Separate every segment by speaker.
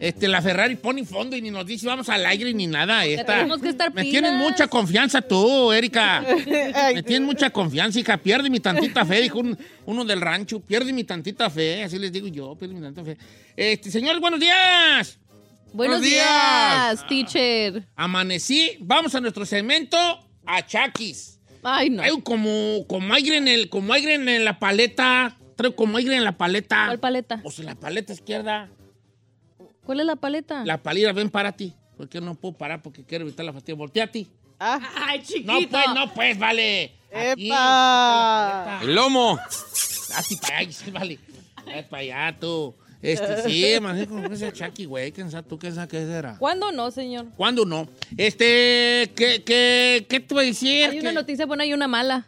Speaker 1: Este, la Ferrari pone fondo y ni nos dice vamos al aire ni nada. Esta.
Speaker 2: tenemos que estar
Speaker 1: Me
Speaker 2: pilas.
Speaker 1: tienes mucha confianza tú, Erika. Me tienes mucha confianza, hija. Pierde mi tantita fe, dijo un- uno del rancho. Pierde mi tantita fe, así les digo yo, pierde mi tantita fe. Este, señores, buenos días.
Speaker 2: Buenos
Speaker 1: Buenos
Speaker 2: días,
Speaker 1: días.
Speaker 2: teacher.
Speaker 1: Amanecí, vamos a nuestro segmento a Chaquis.
Speaker 2: Ay, no.
Speaker 1: Traigo como, como aire en el, como aire en la paleta. Traigo como aire en la paleta.
Speaker 2: ¿Cuál paleta?
Speaker 1: Pues en la paleta izquierda.
Speaker 2: ¿Cuál es la paleta?
Speaker 1: La palira, ven para ti. Porque no puedo parar porque quiero evitar la fatiga. Voltea a ti.
Speaker 2: Ay, chiquito.
Speaker 1: No, pues, no, pues, vale. Aquí,
Speaker 3: ¡Epa!
Speaker 1: paleta.
Speaker 4: El lomo.
Speaker 1: Así para allá, Ah, sí, vale. Ay, para allá, tú. Este, sí, manejé con ese Chucky, güey. ¿Quién sabe tú qué, sa- qué será?
Speaker 2: ¿Cuándo no, señor?
Speaker 1: ¿Cuándo no? Este, ¿qué, qué, qué te voy a decir?
Speaker 2: Hay una Ah.
Speaker 1: Que-
Speaker 2: noticia buena y una mala.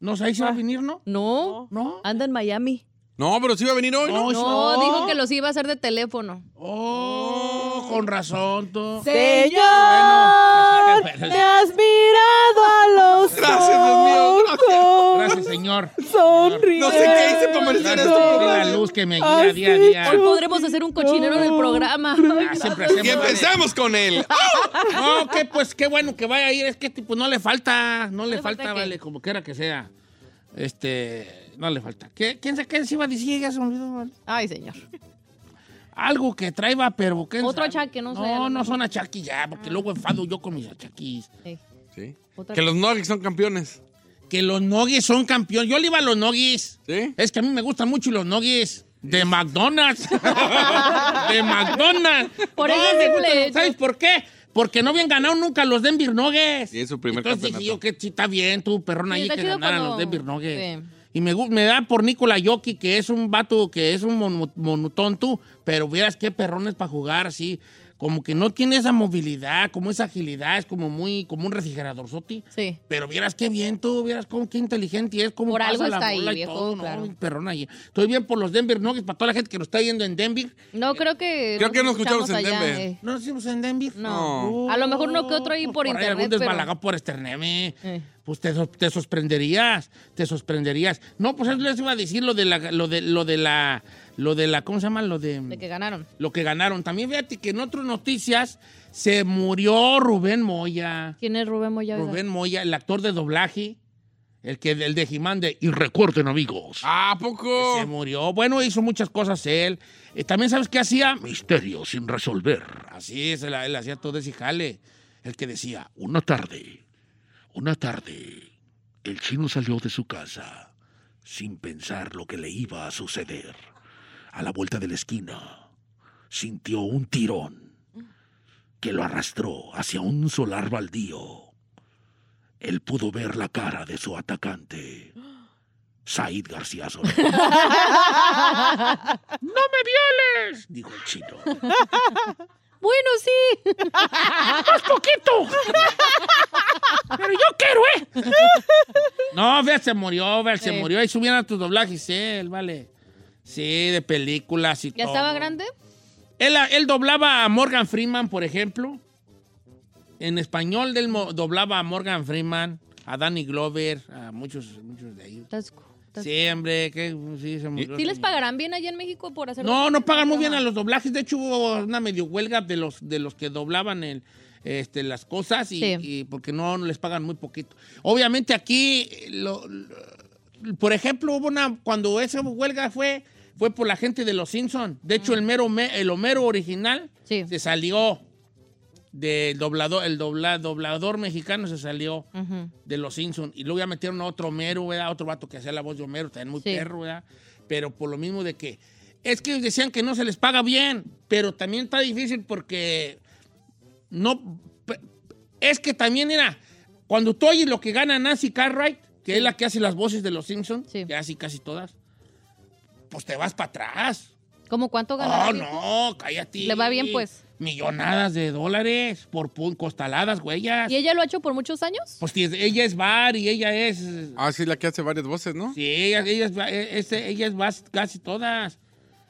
Speaker 1: No, sé, ahí se va a venir, ¿no?
Speaker 2: No,
Speaker 1: No.
Speaker 2: anda en Miami.
Speaker 4: No, pero sí va a venir hoy, ¿no?
Speaker 1: No,
Speaker 2: No, dijo que los iba a hacer de teléfono.
Speaker 1: Oh, con razón, tú.
Speaker 3: ¡Señor! ¡Me has mirado a los
Speaker 4: Gracias, Dios mío,
Speaker 3: ojos!
Speaker 1: Gracias, señor.
Speaker 3: Sonríe.
Speaker 4: No sé qué hice para merecer este
Speaker 1: Gracias
Speaker 4: esto,
Speaker 1: por
Speaker 4: pero
Speaker 1: la
Speaker 4: gracias.
Speaker 1: luz que me guía día a día.
Speaker 2: Hoy podremos hacer un cochinero en el programa.
Speaker 1: Ah, siempre
Speaker 4: Y
Speaker 1: hacemos.
Speaker 4: empezamos con él.
Speaker 1: No, que pues qué bueno que vaya a ir. Es que tipo, no le falta, no le
Speaker 2: le
Speaker 1: falta,
Speaker 2: falta qué?
Speaker 1: vale, como quiera que sea. Este, no le falta. ¿Qué, ¿Quién se qué se iba a decir? Ya se me olvidó, vale.
Speaker 2: Ay, señor.
Speaker 1: Algo que traiba, pero ¿qué
Speaker 2: Otro
Speaker 1: sabe?
Speaker 2: achaque, no sé, a
Speaker 1: No,
Speaker 2: lo
Speaker 1: no
Speaker 2: mejor.
Speaker 1: son achaques ya, porque luego enfado yo con mis achaquis.
Speaker 2: Ey,
Speaker 4: Sí.
Speaker 2: otra
Speaker 4: Que los Nuggets son campeones.
Speaker 1: Que los nogues son campeón. Yo le iba a los nogues.
Speaker 4: ¿Sí?
Speaker 1: Es que a mí me gustan mucho los nogues. De McDonald's. de McDonald's.
Speaker 2: Por
Speaker 1: No,
Speaker 2: eso
Speaker 1: me
Speaker 2: siempre
Speaker 1: gustan
Speaker 2: he
Speaker 1: los-
Speaker 2: hecho.
Speaker 1: ¿Sabes por qué? Porque no habían ganado nunca los Denver Nuggets.
Speaker 4: Y es su primer
Speaker 1: Entonces dije yo
Speaker 4: campeonato.
Speaker 1: que sí está bien, tu perrón
Speaker 2: Sí,
Speaker 1: ahí
Speaker 2: está
Speaker 1: que
Speaker 2: chido
Speaker 1: ganaran
Speaker 2: cuando-
Speaker 1: los Denver Nuggets.
Speaker 2: Sí.
Speaker 1: Y me, gu- me da por Nicola Yoki, que es un vato, que es un mon- monotón tú, pero vieras qué perrones para jugar así. Como que no tiene esa movilidad, como esa agilidad, es como muy, como un refrigerador soti.
Speaker 2: Sí.
Speaker 1: Pero vieras qué bien tú, vieras cómo, qué inteligente es, cómo
Speaker 2: Por
Speaker 1: pasa
Speaker 2: algo
Speaker 1: la
Speaker 2: está ahí,
Speaker 1: bola y
Speaker 2: viejo,
Speaker 1: todo, ¿no?
Speaker 2: claro.
Speaker 1: Un perrón ahí. Estoy bien por los Denver Nuggets, para toda la gente que nos está yendo en Denver.
Speaker 2: No, creo que.
Speaker 4: Creo que nos escuchamos en
Speaker 2: allá,
Speaker 4: Denver.
Speaker 2: eh.
Speaker 1: ¿No nos hicimos en Denver?
Speaker 2: No.
Speaker 1: No.
Speaker 2: A lo mejor uno que otro ahí por
Speaker 1: ahí algún
Speaker 2: internet, pero-
Speaker 1: desbalagado por Esterneme.
Speaker 2: Eh.
Speaker 1: Pues te, so- te sorprenderías, te sorprenderías. No, pues eso les iba a decir lo de la, lo de, lo de la, lo de la, ¿cómo se llama? Lo de,
Speaker 2: De que ganaron.
Speaker 1: lo que ganaron. También fíjate que en otras noticias se murió Rubén Moya.
Speaker 2: ¿Quién es Rubén Moya? oiga?
Speaker 1: Rubén Moya, el actor de doblaje, el que el de Jimán de Y recuerden, amigos.
Speaker 4: Ah, ¿A poco?
Speaker 1: Se murió. Bueno, hizo muchas cosas él. Eh, También, ¿sabes qué hacía? Misterio sin resolver. Así es, él, él hacía todo ese jale. El que decía, una tarde, una tarde, el chino salió de su casa sin pensar lo que le iba a suceder. A la vuelta de la esquina, sintió un tirón que lo arrastró hacia un solar baldío. Él pudo ver la cara de su atacante, Said García Solís. ¡No me violes! Dijo el chino.
Speaker 2: Bueno, sí.
Speaker 1: ¡Más poquito! ¡Pero yo quiero, eh! No, vea, se murió, vea, se
Speaker 2: Sí.
Speaker 1: murió. Ahí subieron a tus doblajes, él, vale. Sí, de películas y
Speaker 2: ¿Ya
Speaker 1: todo.
Speaker 2: estaba grande?
Speaker 1: Él, él doblaba a Morgan Freeman, por ejemplo. En español, él mo- doblaba a Morgan Freeman, a Danny Glover, a muchos, muchos de ellos.
Speaker 2: Estás- estás- Sí.
Speaker 1: Sí, hombre, que sí, se murió.
Speaker 2: les
Speaker 1: señor.
Speaker 2: pagarán bien allá en México por hacer
Speaker 1: No, no pagan muy bien a los doblajes. De hecho, hubo una medio huelga de los, de los que doblaban el, este, las cosas y,
Speaker 2: Sí.
Speaker 1: y porque no, no les pagan muy poquito. Obviamente aquí, lo- lo- por ejemplo, hubo una, cuando esa huelga fue, fue por la gente de Los Simpson. De hecho, el, mero, me- el Homero original
Speaker 2: Mm. Sí.
Speaker 1: se salió del doblado, el dobla- doblador mexicano se salió
Speaker 2: Ujú.
Speaker 1: de los Simpsons. Y luego ya metieron a otro Homero, ¿verdad? Otro vato que hacía la voz de Homero, también muy
Speaker 2: Sí.
Speaker 1: perro, ¿verdad? Pero por lo mismo de que. Es que decían que no se les paga bien, pero también está difícil porque. No. pe- Es que también era. Cuando tú oyes lo que gana Nancy Cartwright, que es la que hace las voces de los Simpsons,
Speaker 2: Sí.
Speaker 1: que hace casi todas, pues te vas para atrás.
Speaker 2: ¿Cómo cuánto ganará?
Speaker 1: Oh, no, cállate.
Speaker 2: Le va bien, pues.
Speaker 1: Millonadas de dólares por pun- costaladas, huellas.
Speaker 2: ¿Y ella lo ha hecho por muchos años?
Speaker 1: Pues tienes- ella es bar y ella es.
Speaker 4: Ah, sí, la que hace varias voces, ¿no?
Speaker 1: Sí, ella, ella es, va- eh, este, ella es vas- casi todas.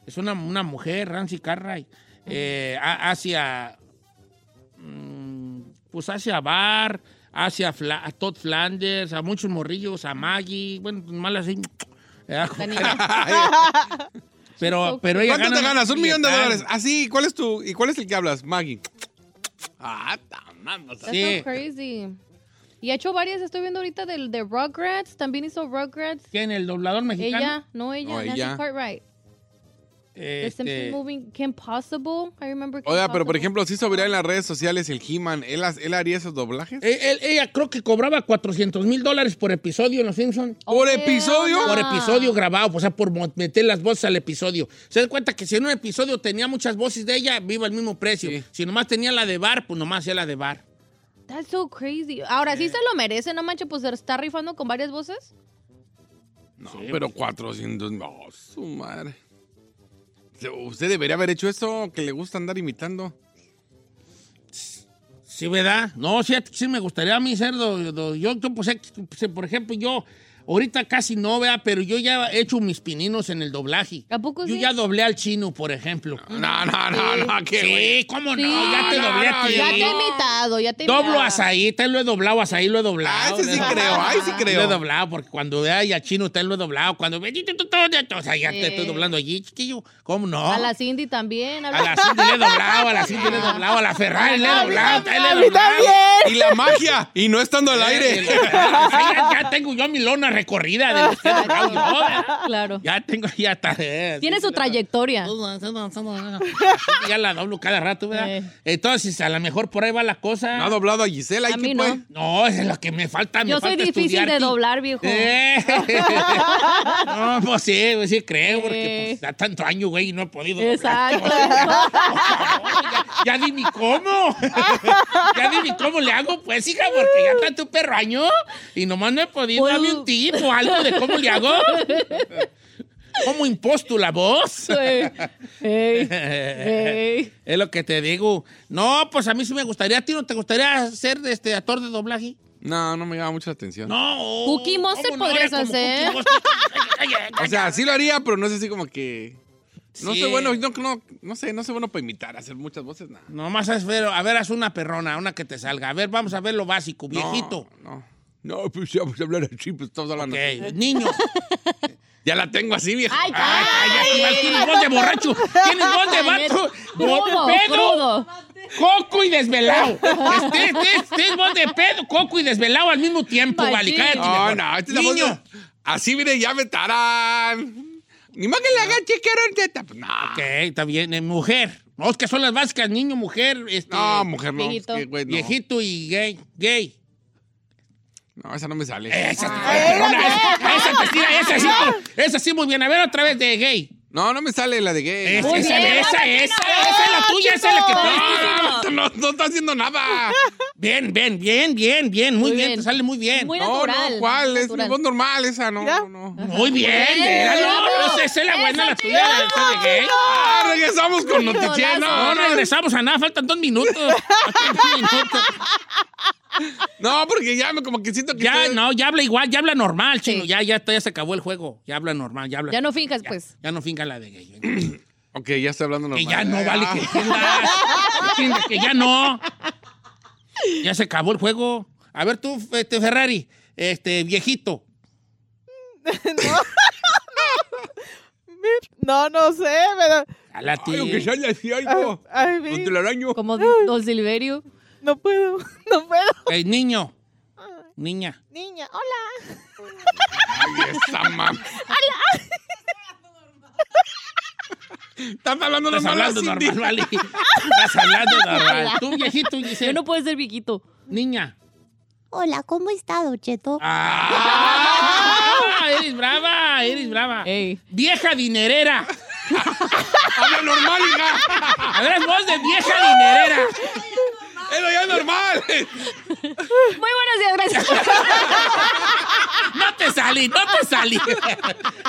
Speaker 1: Es una, una mujer, Rancy Cartwright. Eh, a- hacia. mm, Pues hacia Bar, hacia Fla- a Todd Flanders, a muchos morrillos, a Maggie. Bueno, pues mal así. eh, pero, pero ella
Speaker 4: ¿Cuánto
Speaker 1: gana
Speaker 4: te ganas? Un
Speaker 1: billetal.
Speaker 4: millón de dólares. Ah, sí, ¿cuál es tu. ¿Y cuál es el que hablas? Maggie. Ah, tamam, o sea.
Speaker 2: That's
Speaker 1: Sí.
Speaker 2: so crazy. Y ha hecho varias, estoy viendo ahorita del de Rugrats, también hizo Rugrats.
Speaker 1: ¿Quién? ¿El doblador mexicano?
Speaker 2: Ella, no ella,
Speaker 4: No,
Speaker 2: Nancy
Speaker 4: ella.
Speaker 2: Cartwright. The
Speaker 1: Este,
Speaker 2: Simpsons Moving, Kim Possible, I remember Kim
Speaker 4: Oiga, pero por
Speaker 2: Possible.
Speaker 4: ejemplo, si hizo viral en las redes sociales el He-Man, ¿él, ha- él haría esos doblajes?
Speaker 1: él- él- e, ella creo que cobraba 400 mil dólares por episodio en Los Simpsons.
Speaker 4: ¿Por
Speaker 2: hell
Speaker 4: episodio?
Speaker 2: no.
Speaker 1: Por episodio grabado, o sea, por mo- meter las voces al episodio. Se dan cuenta que si en un episodio tenía muchas voces de ella, viva el mismo precio.
Speaker 4: Sí.
Speaker 1: Si nomás tenía la de bar, pues nomás hacía la de bar.
Speaker 2: That's so crazy. Ahora
Speaker 1: Eh.
Speaker 2: sí se lo merece, no manches, pues se está rifando con varias voces.
Speaker 4: No,
Speaker 1: Sí,
Speaker 4: pero 400. No, su madre. Usted debería haber hecho eso, que le gusta andar imitando.
Speaker 1: Sí, ¿verdad? No, sí, sí me gustaría a mí ser. do- do- yo, yo, pues, eh, pues, por ejemplo, yo ahorita casi no, vea, pero yo ya he hecho mis pininos en el doblaje.
Speaker 2: ¿A poco
Speaker 1: Yo
Speaker 2: sí? Ah,
Speaker 1: ya doblé al chino, por ejemplo.
Speaker 4: No, no, no, no, qué güey.
Speaker 1: Sí, ¿cómo
Speaker 2: Sí.
Speaker 1: no? Ya te
Speaker 4: No,
Speaker 1: doblé
Speaker 4: no,
Speaker 1: a ti.
Speaker 2: Ya te he
Speaker 4: no.
Speaker 2: imitado, ya te he
Speaker 1: Doblo
Speaker 2: imitado.
Speaker 1: azaí, te lo he doblado, azaí lo he doblado.
Speaker 4: Ah, ese sí
Speaker 1: ¿verdad?
Speaker 4: creo, ahí sí
Speaker 1: Lo he
Speaker 4: creo.
Speaker 1: doblado, porque cuando vea a chino, te lo he doblado. Cuando ve, o sea, ya te
Speaker 2: Sí.
Speaker 1: estoy doblando allí, chiquillo. ¿Cómo no?
Speaker 2: A la Cindy también.
Speaker 1: A la Cindy le he doblado, a la Cindy le he doblado, a la Ferrari le he doblado, a él le he
Speaker 3: A mí
Speaker 1: doblado.
Speaker 4: Y
Speaker 3: también.
Speaker 4: la magia, y no estando al
Speaker 1: Eh,
Speaker 4: aire.
Speaker 1: o sea, ya, ya tengo yo mi lona recorrida de los que he doblado yo, ¿verdad?
Speaker 2: Claro.
Speaker 1: Ya tengo, ya está. eh,
Speaker 2: Tiene su trayectoria.
Speaker 1: Ya la doblo cada rato, ¿verdad?
Speaker 2: Eh.
Speaker 1: Entonces, a lo mejor por ahí va la cosa.
Speaker 4: No ha doblado a Gisela,
Speaker 2: A
Speaker 4: ahí
Speaker 2: mí
Speaker 4: qué
Speaker 2: no.
Speaker 4: fue.
Speaker 1: No, es lo que me falta. me
Speaker 2: Yo soy
Speaker 1: falta
Speaker 2: difícil
Speaker 1: estudiar,
Speaker 2: de
Speaker 1: sí.
Speaker 2: doblar, viejo.
Speaker 1: Eh. no, pues sí, pues sí creo, porque
Speaker 2: Eh.
Speaker 1: pues, da tanto año, güey, y no he podido. doblar.
Speaker 2: Exacto.
Speaker 1: Ya, ya di mi cómo. ya di mi cómo le hago, pues, hija, porque ya está tu perro año y nomás no he podido.
Speaker 2: Pues-
Speaker 1: Dame un tip o algo de cómo le hago. ¿Cómo imposto la voz?
Speaker 2: Ey, eh. ey, ey.
Speaker 1: Es lo que te digo. No, pues a mí sí me gustaría. ¿A ti no te gustaría ser este actor de doblaje?
Speaker 4: No, no me llama mucho la atención.
Speaker 1: No.
Speaker 2: Cookie Monster
Speaker 1: ¿cómo
Speaker 2: podrías
Speaker 1: Era como
Speaker 2: hacer.
Speaker 1: Cookie Monster. Ay, ay, ay,
Speaker 4: O sea, sí lo haría, pero no es así como que. No
Speaker 1: Sí.
Speaker 4: soy bueno, no, no, no sé, no soy bueno para imitar, hacer muchas voces, nada.
Speaker 1: Nomás haz ver, a ver, haz una perrona, una que te salga. A ver, vamos a ver lo básico, viejito.
Speaker 4: No, no, no, pues ya vamos a hablar así, pues estamos hablando. así.
Speaker 1: Ok, niño.
Speaker 4: Ya la tengo así, vieja.
Speaker 2: Ay,
Speaker 1: Ay, cállate, mal, tienes voz de borracho. Tienes voz de vato.
Speaker 2: Crudo,
Speaker 1: Bo- pedo,
Speaker 2: crudo.
Speaker 1: coco y desvelado. Este, este, este es voz de pedo, coco y desvelado al mismo tiempo,
Speaker 2: Maldito.
Speaker 1: vale, cállate.
Speaker 4: No,
Speaker 1: mejor.
Speaker 4: Ah, no, esta es la voz
Speaker 1: niño.
Speaker 4: de- Así, mire, ya me tarán. Ni más que le haga chequero en teta. Pues, no.
Speaker 1: Ah. Ok, está bien. eh, mujer. No, es que son las básicas, niño, mujer, este,
Speaker 4: No, mujer, no.
Speaker 2: Viejito.
Speaker 4: es que, güey, no.
Speaker 1: viejito y gay. Gay.
Speaker 4: No, esa no me sale.
Speaker 1: Esa te fue perrona,
Speaker 2: Ah.
Speaker 1: esa, esa te tira, esa sí, esa sí, muy bien. A ver, otra vez de gay.
Speaker 4: No, no me sale la de gay.
Speaker 1: Esa,
Speaker 2: Muy
Speaker 1: esa,
Speaker 2: bien,
Speaker 1: esa, esa, esa es la tuya, esa es la que
Speaker 2: ¿eh?
Speaker 4: No, no, no, no está haciendo nada.
Speaker 1: Bien, bien, bien, bien, bien, muy
Speaker 2: Muy
Speaker 1: bien,
Speaker 2: bien.
Speaker 1: te sale muy bien.
Speaker 2: Muy
Speaker 4: No,
Speaker 2: natural.
Speaker 4: no, ¿cuál? Es mi
Speaker 2: natural.
Speaker 4: voz normal esa, no, no, no.
Speaker 1: Muy bien, mira, no, no, esa es la buena, la tuya, esa de gay.
Speaker 4: Ah, regresamos con Notiche.
Speaker 1: No,
Speaker 4: No,
Speaker 1: no
Speaker 4: no,
Speaker 1: regresamos a nada, faltan dos minutos. Faltan dos minutos.
Speaker 4: no, porque ya me como que siento que.
Speaker 1: Ya,
Speaker 4: ustedes-
Speaker 1: no, ya habla igual, ya habla normal, chino.
Speaker 2: Sí.
Speaker 1: Ya, ya, ya se acabó el juego. Ya habla normal, ya habla.
Speaker 2: Ya no finjas, pues.
Speaker 1: Ya no finca la de gay. ¿eh?
Speaker 4: Ok, ya estoy hablando normal.
Speaker 1: Que ya no
Speaker 4: Ah,
Speaker 1: vale que entiendas. Entiende que ya no. Ya se acabó el juego. A ver tú, este Ferrari, este viejito.
Speaker 3: No, no sé, pero.
Speaker 1: A la
Speaker 4: Ah, Ay,
Speaker 1: ti-
Speaker 4: aunque sale así algo.
Speaker 3: Ay,
Speaker 4: Don
Speaker 1: Pues
Speaker 3: mi-
Speaker 4: telaraño.
Speaker 2: Como di- Don Silverio.
Speaker 3: No puedo, no puedo.
Speaker 1: Ey, eh, niño. Niña.
Speaker 3: Niña, hola.
Speaker 4: Ay, esa mamá. Estás hablando
Speaker 1: Estás
Speaker 4: normal.
Speaker 1: hablando
Speaker 4: Cindy?
Speaker 1: normal, Vali. Estás hablando normal. Tú, viejito,
Speaker 2: Yo
Speaker 1: Giselle.
Speaker 2: no puedo ser viejito.
Speaker 1: Niña.
Speaker 5: Hola, ¿cómo está, Don Cheto?
Speaker 1: ¡Ah! Eres brava, eres brava.
Speaker 2: Ey.
Speaker 1: Vieja dinerera.
Speaker 4: Habla normal, hija.
Speaker 1: A ver, voz de vieja dinerera.
Speaker 4: Es lo ya normal.
Speaker 2: Muy buenos días, gracias.
Speaker 1: No te salí, no te salí.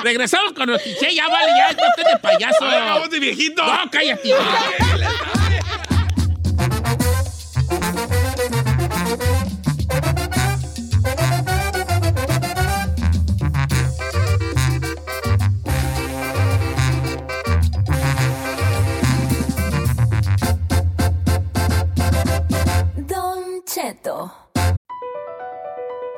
Speaker 1: Regresamos con los clichés, ya vale, ya no estés de payaso.
Speaker 4: Habla la voz de viejito.
Speaker 1: No, cállate.
Speaker 6: Don Cheto.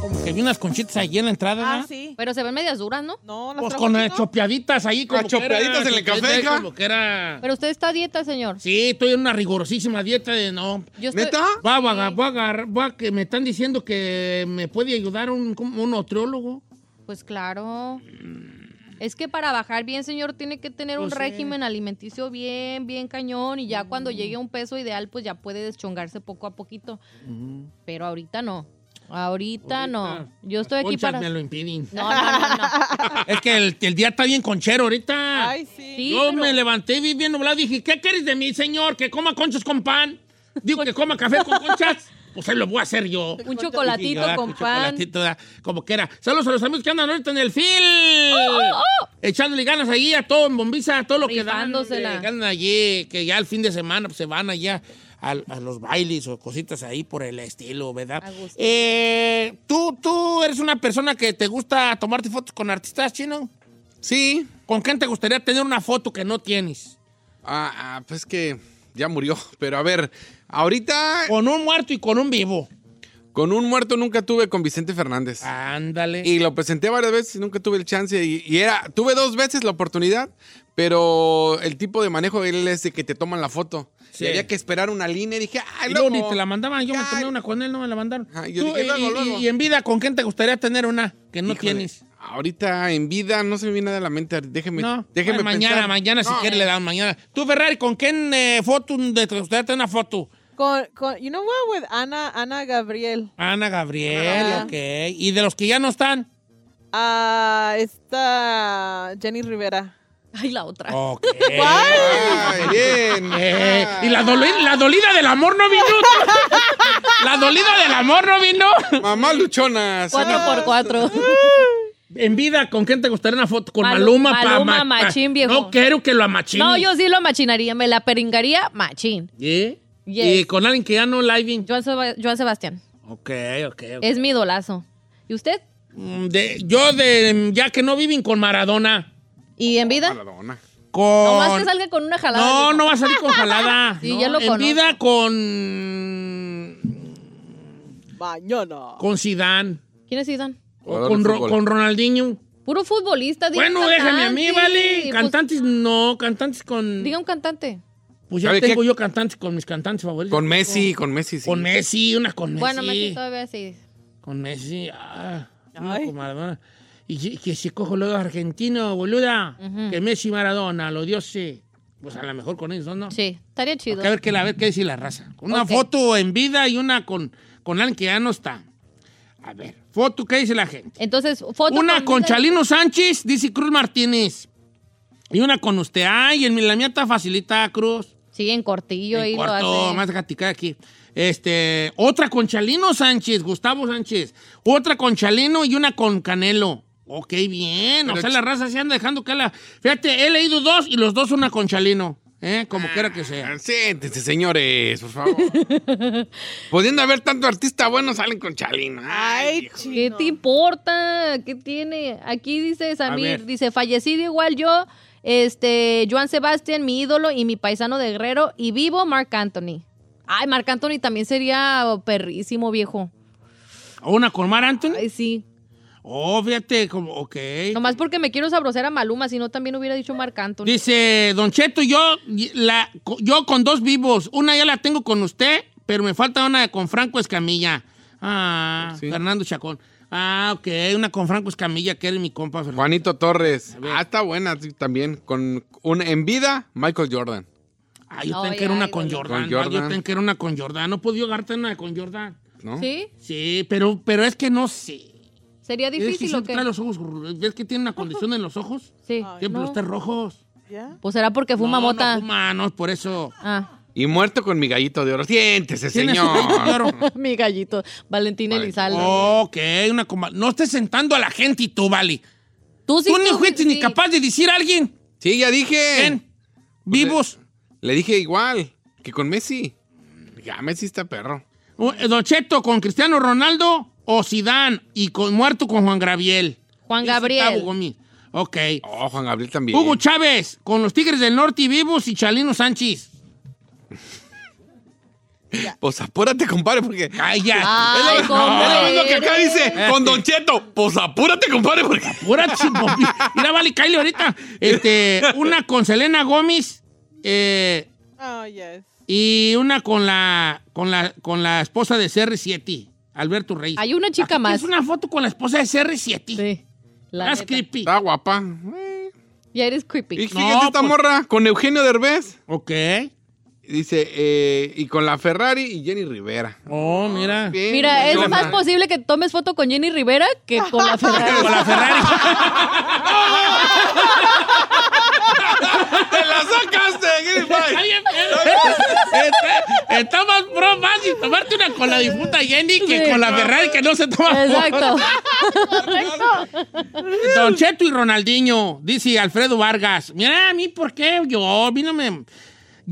Speaker 1: Como que vi unas conchitas allí en la entrada,
Speaker 3: Ah,
Speaker 1: ¿verdad?
Speaker 3: sí.
Speaker 2: Pero se ven medias duras, ¿no?
Speaker 3: No, las
Speaker 1: Pues
Speaker 3: trajo
Speaker 1: con
Speaker 3: aquí,
Speaker 1: las
Speaker 3: ¿no?
Speaker 1: chopeaditas ahí. Como
Speaker 4: Las chopeaditas
Speaker 1: que
Speaker 4: en el café,
Speaker 1: chopeaditas
Speaker 4: hija.
Speaker 1: Como que era...
Speaker 2: Pero usted está a dieta, señor.
Speaker 1: Sí, estoy en una rigurosísima dieta de no...
Speaker 2: Yo estoy...
Speaker 4: ¿Neta?
Speaker 1: Va, va, va, voy a agarrar- voy a que me están diciendo que me puede ayudar un, como un nutriólogo.
Speaker 2: Pues claro. Es que para bajar bien, señor, tiene que tener un
Speaker 1: Pues sí.
Speaker 2: régimen alimenticio bien, bien cañón. Y ya
Speaker 4: Mm.
Speaker 2: cuando llegue a un peso ideal, pues ya puede deschongarse poco a poquito.
Speaker 4: Mm.
Speaker 2: Pero ahorita no. Ahorita, no.
Speaker 1: Ahorita,
Speaker 2: Yo
Speaker 1: las
Speaker 2: estoy aquí
Speaker 1: conchas
Speaker 2: para.
Speaker 1: me
Speaker 2: No,
Speaker 1: lo impiden.
Speaker 2: no, no, no.
Speaker 1: Es que el, el día está bien conchero ahorita.
Speaker 3: Ay, sí.
Speaker 2: Sí,
Speaker 1: Yo
Speaker 2: pero-
Speaker 1: me levanté y vi bien nublado y dije, ¿qué quieres de mí, señor? ¿Que coma conchas con pan? Digo,
Speaker 2: Pues
Speaker 1: ¿que coma café con conchas? Pues ahí lo voy a hacer yo.
Speaker 2: Un
Speaker 1: Sí,
Speaker 2: chocolatito
Speaker 1: ¿verdad?
Speaker 2: con
Speaker 1: Un
Speaker 2: pan.
Speaker 1: chocolatito, ¿verdad? como que era. Saludos a los amigos que andan ahorita en el fil.
Speaker 2: Oh,
Speaker 1: Echándole ganas allí a todo, en bombiza, a todo lo que dan. hombre.
Speaker 2: Rifándosela.
Speaker 1: Ganan allí, que ya el fin de semana pues, se van allá a, a los bailes o cositas ahí por el estilo, ¿verdad?
Speaker 2: A gusto.
Speaker 1: Eh, ¿tú, ¿Tú eres una persona que te gusta tomarte fotos con artistas, Chino?
Speaker 4: Sí.
Speaker 1: ¿Con quién te gustaría tener una foto que no tienes?
Speaker 4: Ah, ah, pues que ya murió. Pero a ver, ahorita
Speaker 1: Con un muerto y con un vivo.
Speaker 4: con un muerto nunca tuve con Vicente Fernández.
Speaker 1: Ah, Ándale.
Speaker 4: Y lo presenté varias veces y nunca tuve el chance. Y, y era, tuve dos veces la oportunidad, pero el tipo de manejo él es de que te toman la foto.
Speaker 1: Sí.
Speaker 4: Y había que esperar una línea y dije, ay,
Speaker 1: Y luego
Speaker 4: loco".
Speaker 1: ni te la mandaban, yo me
Speaker 4: Ay,
Speaker 1: tomé una con él, no me la mandaron.
Speaker 4: Ajá, yo
Speaker 1: Tú,
Speaker 4: dije,
Speaker 1: y,
Speaker 4: luego,
Speaker 1: y-
Speaker 4: luego.
Speaker 1: y en vida, ¿con quién te gustaría tener una que no
Speaker 4: híjole,
Speaker 1: tienes?
Speaker 4: Ahorita en vida no se me viene nada a la mente. Déjeme,
Speaker 1: No,
Speaker 4: déjeme
Speaker 1: Ay, mañana,
Speaker 4: pensar.
Speaker 1: mañana si
Speaker 4: No. eh.
Speaker 1: quieres le dan mañana. Tú, Ferrari, ¿con quién eh, foto de- te gustaría tener una foto?
Speaker 3: Con, con, you know what, with Ana, Ana Gabriel.
Speaker 1: Ana Gabriel,
Speaker 3: Ana
Speaker 1: ok. ¿Y de los que ya no están?
Speaker 3: Ah, está Jenny Rivera.
Speaker 2: Ay, la otra.
Speaker 1: Ok.
Speaker 4: Ay, bien.
Speaker 1: Eh, y la, doli- la dolida del amor no vino. la dolida del amor no vino.
Speaker 4: Mamá luchona.
Speaker 2: Cuatro
Speaker 4: señora.
Speaker 2: por cuatro.
Speaker 1: En vida, ¿con quién te gustaría una foto? Con
Speaker 2: Malu-
Speaker 1: Maluma, pa-
Speaker 2: Maluma,
Speaker 1: ma-
Speaker 2: machín, viejo.
Speaker 1: No quiero que lo amachine.
Speaker 2: No, yo sí lo machinaría. Me la peringaría machín.
Speaker 1: ¿Eh?
Speaker 2: Yes.
Speaker 1: Y con alguien que ya no living.
Speaker 2: Joan, Seba- Joan Sebastián.
Speaker 1: Ok, ok. ok.
Speaker 2: Es mi idolazo. ¿Y usted?
Speaker 1: Mm, de- yo de ya que no viven con Maradona.
Speaker 2: ¿Y en vida?
Speaker 4: Maradona.
Speaker 1: Con...
Speaker 2: Nomás que salga con una jalada.
Speaker 1: No,
Speaker 2: dijo.
Speaker 1: no va a salir con jalada.
Speaker 2: Sí,
Speaker 1: No,
Speaker 2: ya lo
Speaker 1: En
Speaker 2: conozco.
Speaker 1: vida con.
Speaker 3: Mañana.
Speaker 1: con Zidane.
Speaker 2: ¿Quién es Idan?
Speaker 1: O
Speaker 4: Jugador
Speaker 1: con,
Speaker 4: de
Speaker 1: Ro-
Speaker 4: fútbol.
Speaker 1: con Ronaldinho.
Speaker 2: Puro futbolista. diga
Speaker 1: bueno,
Speaker 2: un
Speaker 1: déjame a mí,
Speaker 2: cantante.
Speaker 1: vale.
Speaker 2: Pues,
Speaker 1: Cantantes no, cantantes con.
Speaker 2: diga un cantante.
Speaker 1: pues ya
Speaker 4: ¿Sabe
Speaker 1: tengo
Speaker 4: qué?
Speaker 1: yo cantantes con mis cantantes favoritos.
Speaker 4: Con Messi, con Messi, sí.
Speaker 1: Con Messi, una con Messi.
Speaker 2: Bueno, Messi todavía sí.
Speaker 1: Con Messi. Ah, una
Speaker 3: Ay.
Speaker 1: con Maradona. Y si- que si cojo los argentinos, boluda, que Messi y Maradona, los dioses. Pues a lo mejor con ellos, ¿no?
Speaker 2: Sí, estaría chido.
Speaker 1: Porque a ver qué la a ver qué dice la raza. Una
Speaker 2: Ok.
Speaker 1: foto en vida y una con, con alguien que ya no está. A ver, foto, ¿qué dice la gente?
Speaker 2: Entonces, foto.
Speaker 1: Una con
Speaker 2: vida-
Speaker 1: Chalino Sánchez, dice Cruz Martínez. Y una con usted. Ay, en mi- la mía está facilita, Cruz.
Speaker 2: Sí, en cortillo
Speaker 1: En
Speaker 2: ahí lo
Speaker 1: corto,
Speaker 2: hace.
Speaker 1: oh, más gaticada aquí. Este, otra con Chalino Sánchez, Gustavo Sánchez. Otra con Chalino y una con Canelo. Ok, bien. o
Speaker 4: Pero
Speaker 1: sea,
Speaker 4: ch-
Speaker 1: la raza se anda dejando que la. Fíjate, he leído dos y los dos una con Chalino. ¿eh? Como
Speaker 2: Ah,
Speaker 1: quiera que sea.
Speaker 4: Siéntense, señores, por favor. Pudiendo haber tanto artista bueno, salen con Chalino. Ay,
Speaker 3: Ay,
Speaker 4: hijo.
Speaker 2: ¿Qué
Speaker 3: chino.
Speaker 2: te importa? ¿Qué tiene? Aquí dice Samir,
Speaker 1: ver.
Speaker 2: dice, fallecido igual yo, este, Joan Sebastián, mi ídolo y mi paisano de Guerrero, y vivo Marc Anthony. Ay, Marc Anthony también sería perrísimo, viejo.
Speaker 1: ¿O una con Mar Anthony?
Speaker 2: Ay, sí.
Speaker 1: Oh, fíjate, como, ok.
Speaker 2: Nomás porque me quiero sabrosear a Maluma, si no también hubiera dicho Marc Anthony.
Speaker 1: Dice, Don Cheto, yo, la, yo con dos vivos. Una ya la tengo con usted, pero me falta una con Franco Escamilla. Ah,
Speaker 4: Sí.
Speaker 1: Fernando Chacón. Ah, ok, una con Franco Escamilla, que era mi compa. Fernando.
Speaker 4: Juanito Torres.
Speaker 1: ver.
Speaker 4: Ah, está buena sí, también. Con un en vida, Michael Jordan.
Speaker 1: Ah, yo
Speaker 2: Ay,
Speaker 1: tengo que era una
Speaker 2: ay,
Speaker 1: con
Speaker 2: Don-
Speaker 1: Jordan.
Speaker 4: Con
Speaker 1: no, yo
Speaker 4: Jordan.
Speaker 1: tengo que era una con Jordan. No podía agarrarte una con Jordan.
Speaker 4: ¿no?
Speaker 2: ¿Sí?
Speaker 1: Sí, pero, pero es que no sé.
Speaker 2: ¿Sería
Speaker 1: Es que
Speaker 2: difícil o
Speaker 1: siempre
Speaker 2: qué?
Speaker 1: trae los ojos. gru- ¿Ves que tiene una condición en los ojos?
Speaker 2: Sí.
Speaker 1: Siempre
Speaker 2: No.
Speaker 1: los trae rojos.
Speaker 3: ¿Ya?
Speaker 2: Pues será porque fuma
Speaker 1: No, no
Speaker 2: mota.
Speaker 1: fuma, no, por eso.
Speaker 2: Ah,
Speaker 4: Y muerto con mi gallito de oro. Siéntese,
Speaker 1: Tiene su gallito de oro.
Speaker 4: Este señor.
Speaker 2: mi gallito, Valentín
Speaker 4: Vale.
Speaker 2: Elizalde.
Speaker 1: Ok, una coma- No estés sentando a la gente y tú, vale.
Speaker 2: Tú sí
Speaker 1: tú ni
Speaker 2: tú-
Speaker 1: fuiste ni
Speaker 2: sí.
Speaker 1: capaz de decir a alguien.
Speaker 4: Sí, ya dije.
Speaker 1: ¿Quién? Vivos.
Speaker 4: Le dije igual que con Messi. Ya, Messi está perro.
Speaker 2: Pues
Speaker 1: Uh, eh, Don Cheto con Cristiano Ronaldo o Sidán y con, muerto con Juan Gabriel.
Speaker 2: Juan
Speaker 1: Dice
Speaker 2: Gabriel.
Speaker 1: Tavo Gómez. Ok.
Speaker 4: Oh, Juan Gabriel también.
Speaker 1: Hugo Chávez con los Tigres del Norte y vivos y Chalino Sánchez.
Speaker 4: Pues apúrate, compadre, porque.
Speaker 1: Ay, ya.
Speaker 2: Ay,
Speaker 4: es, lo,
Speaker 2: ¿cómo
Speaker 4: es lo mismo que acá
Speaker 2: eres?
Speaker 4: dice con Don Cheto. Pues apúrate, compadre, porque.
Speaker 1: Pura chimbombí. Mira, vale, Kylie ahorita. Este, una con Selena Gómez eh,
Speaker 3: Oh, yes.
Speaker 1: y una con la, con la, con la esposa de CR7, Alberto Reyes.
Speaker 2: Hay una chica
Speaker 1: Aquí
Speaker 2: más.
Speaker 1: tienes una foto con la esposa de CR7.
Speaker 2: Sí. La
Speaker 1: That's
Speaker 2: neta.
Speaker 1: creepy.
Speaker 4: Está guapa. Eh,
Speaker 2: Ya eres
Speaker 4: Y
Speaker 2: creepy.
Speaker 4: fíjate
Speaker 1: No,
Speaker 4: esta
Speaker 1: pues-
Speaker 4: morra con Eugenio Derbez.
Speaker 1: Ok.
Speaker 4: Dice, eh, y con la Ferrari y Jenny Rivera.
Speaker 1: Oh, mira.
Speaker 4: Ah, Bien,
Speaker 2: Mira, es
Speaker 4: buena.
Speaker 2: más posible que tomes foto con Jenny Rivera que con la Ferrari.
Speaker 1: Con la Ferrari.
Speaker 4: ¡Te la sacaste! Este, Guillermo!
Speaker 1: Está bien,
Speaker 4: este,
Speaker 1: está, eh, está más pro fácil tomarte una con la difunta Jenny que
Speaker 2: Sí.
Speaker 1: con la Ferrari que no se toma.
Speaker 2: Exacto.
Speaker 1: Don Cheto y Ronaldinho, dice Alfredo Vargas. Mira, a mí, ¿por qué? Yo, a mí no me-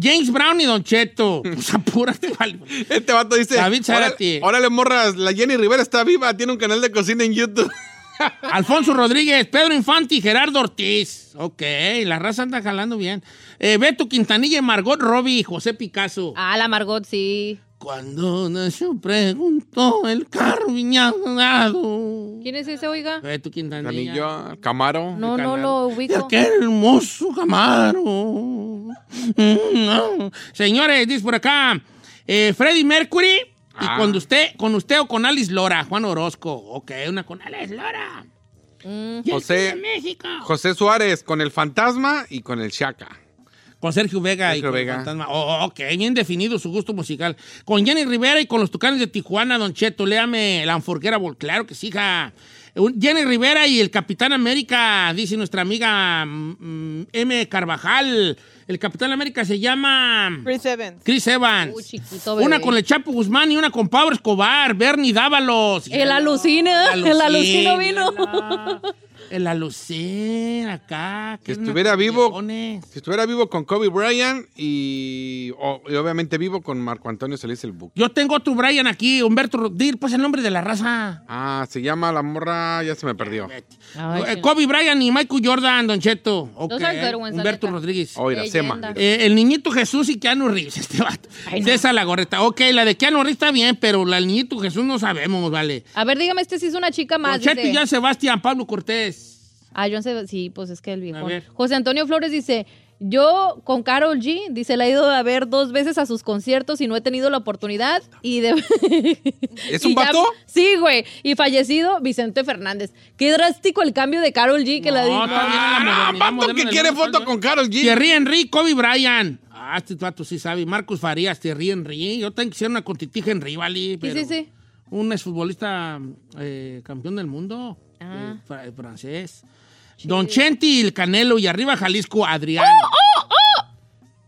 Speaker 1: James Brown y Don Cheto. Pues apúrate, vale.
Speaker 4: Este vato dice,
Speaker 1: David Zárate.
Speaker 4: órale, órale, morras, la Jenny Rivera está viva, tiene un canal de cocina en YouTube.
Speaker 1: Alfonso Rodríguez, Pedro Infante y Gerardo Ortiz. Ok, la raza anda jalando bien. Eh, Beto Quintanilla y Margot Robbie y José Picasso.
Speaker 2: Ah, la Margot, sí.
Speaker 1: Cuando nació, preguntó el carruñado.
Speaker 2: ¿Quién es ese, oiga?
Speaker 1: Beto Quintanilla.
Speaker 4: Canillo, Camaro.
Speaker 2: No,
Speaker 1: canal.
Speaker 2: no lo
Speaker 1: Y
Speaker 2: ubico.
Speaker 1: aquel hermoso Camaro. Mm, no. Señores, dice por acá. eh, Freddie Mercury. Y
Speaker 4: Ah.
Speaker 1: cuando usted, con usted o con Alice Lora, Juan Orozco. Ok, una con Alice Lora.
Speaker 2: Mm.
Speaker 1: Y el
Speaker 4: José-
Speaker 1: Club de México.
Speaker 4: José Suárez con el fantasma y con el Chaca.
Speaker 1: Con Sergio Vega y
Speaker 4: Sergio
Speaker 1: con el
Speaker 4: Vega.
Speaker 1: Fantasma. Oh, ok, bien definido su gusto musical. Con Jenny Rivera y con los Tucanes de Tijuana, Don Cheto, léame la anforquera, bol- claro que sí, hija. Un- Jenny Rivera y el Capitán América, dice nuestra amiga mm, M. Carvajal. El Capitán América se llama
Speaker 3: Chris Evans.
Speaker 1: Chris Evans.
Speaker 2: Uy, chiquito bebé.
Speaker 1: una con el Chapo Guzmán y una con Pablo Escobar, Bernie Dávalos.
Speaker 2: El alucina. El alucino vino.
Speaker 1: El alucín acá.
Speaker 4: Que
Speaker 1: es una
Speaker 4: estuviera vivo.
Speaker 1: campeones.
Speaker 4: Si estuviera vivo con Kobe Bryant y, o- y obviamente vivo con Marco Antonio Solís el Buki.
Speaker 1: Yo tengo tu Brian aquí, Humberto. Ro- Dir, pues el nombre de la raza.
Speaker 4: Ah, se llama la morra, ya se me perdió.
Speaker 2: Ay,
Speaker 1: Eh,
Speaker 2: sí.
Speaker 1: Kobe Bryant y Michael Jordan, Don Cheto. Ok,
Speaker 2: Those are good ones, la
Speaker 1: Humberto
Speaker 2: neta.
Speaker 1: Rodríguez.
Speaker 4: Oira, Sema.
Speaker 2: Leyenda.
Speaker 1: Eh, el niñito Jesús y Keanu Reeves, este vato. César la gorreta. Ok, la de Keanu Reeves está bien, pero la del niñito Jesús no sabemos, vale.
Speaker 2: A ver, dígame este si es una chica más.
Speaker 1: Don Cheto
Speaker 2: dice.
Speaker 1: y ya Sebastián, Pablo Cortés.
Speaker 2: Ah, John Seb- Sí, pues es que el viejo.
Speaker 1: ver.
Speaker 2: José Antonio Flores dice, yo con Carol G, dice, la he ido a ver dos veces a sus conciertos y no he tenido la oportunidad. Y de...
Speaker 4: ¿Es un
Speaker 2: y ya-
Speaker 4: vato?
Speaker 2: Sí, güey. Y fallecido Vicente Fernández. Qué drástico el cambio de Carol G que la
Speaker 1: No,
Speaker 2: dijo.
Speaker 1: está bien. Ah, la
Speaker 4: Ah,
Speaker 1: modernidad
Speaker 4: vato
Speaker 1: moderna
Speaker 4: que
Speaker 1: del
Speaker 4: quiere
Speaker 1: mundo,
Speaker 4: foto
Speaker 1: ¿no?
Speaker 4: con Karol G.
Speaker 1: Thierry Henry, Kobe Bryant. Ah, este vato sí sabe. Marcos Farías, Thierry Henry. Yo tengo que ser una contitija Henry, vale. pero
Speaker 2: sí, sí.
Speaker 1: Un exfutbolista eh, campeón del mundo.
Speaker 2: Ah.
Speaker 1: eh, fra- francés. Don Chenti, el Canelo. Y arriba Jalisco, Adrián.
Speaker 2: Oh,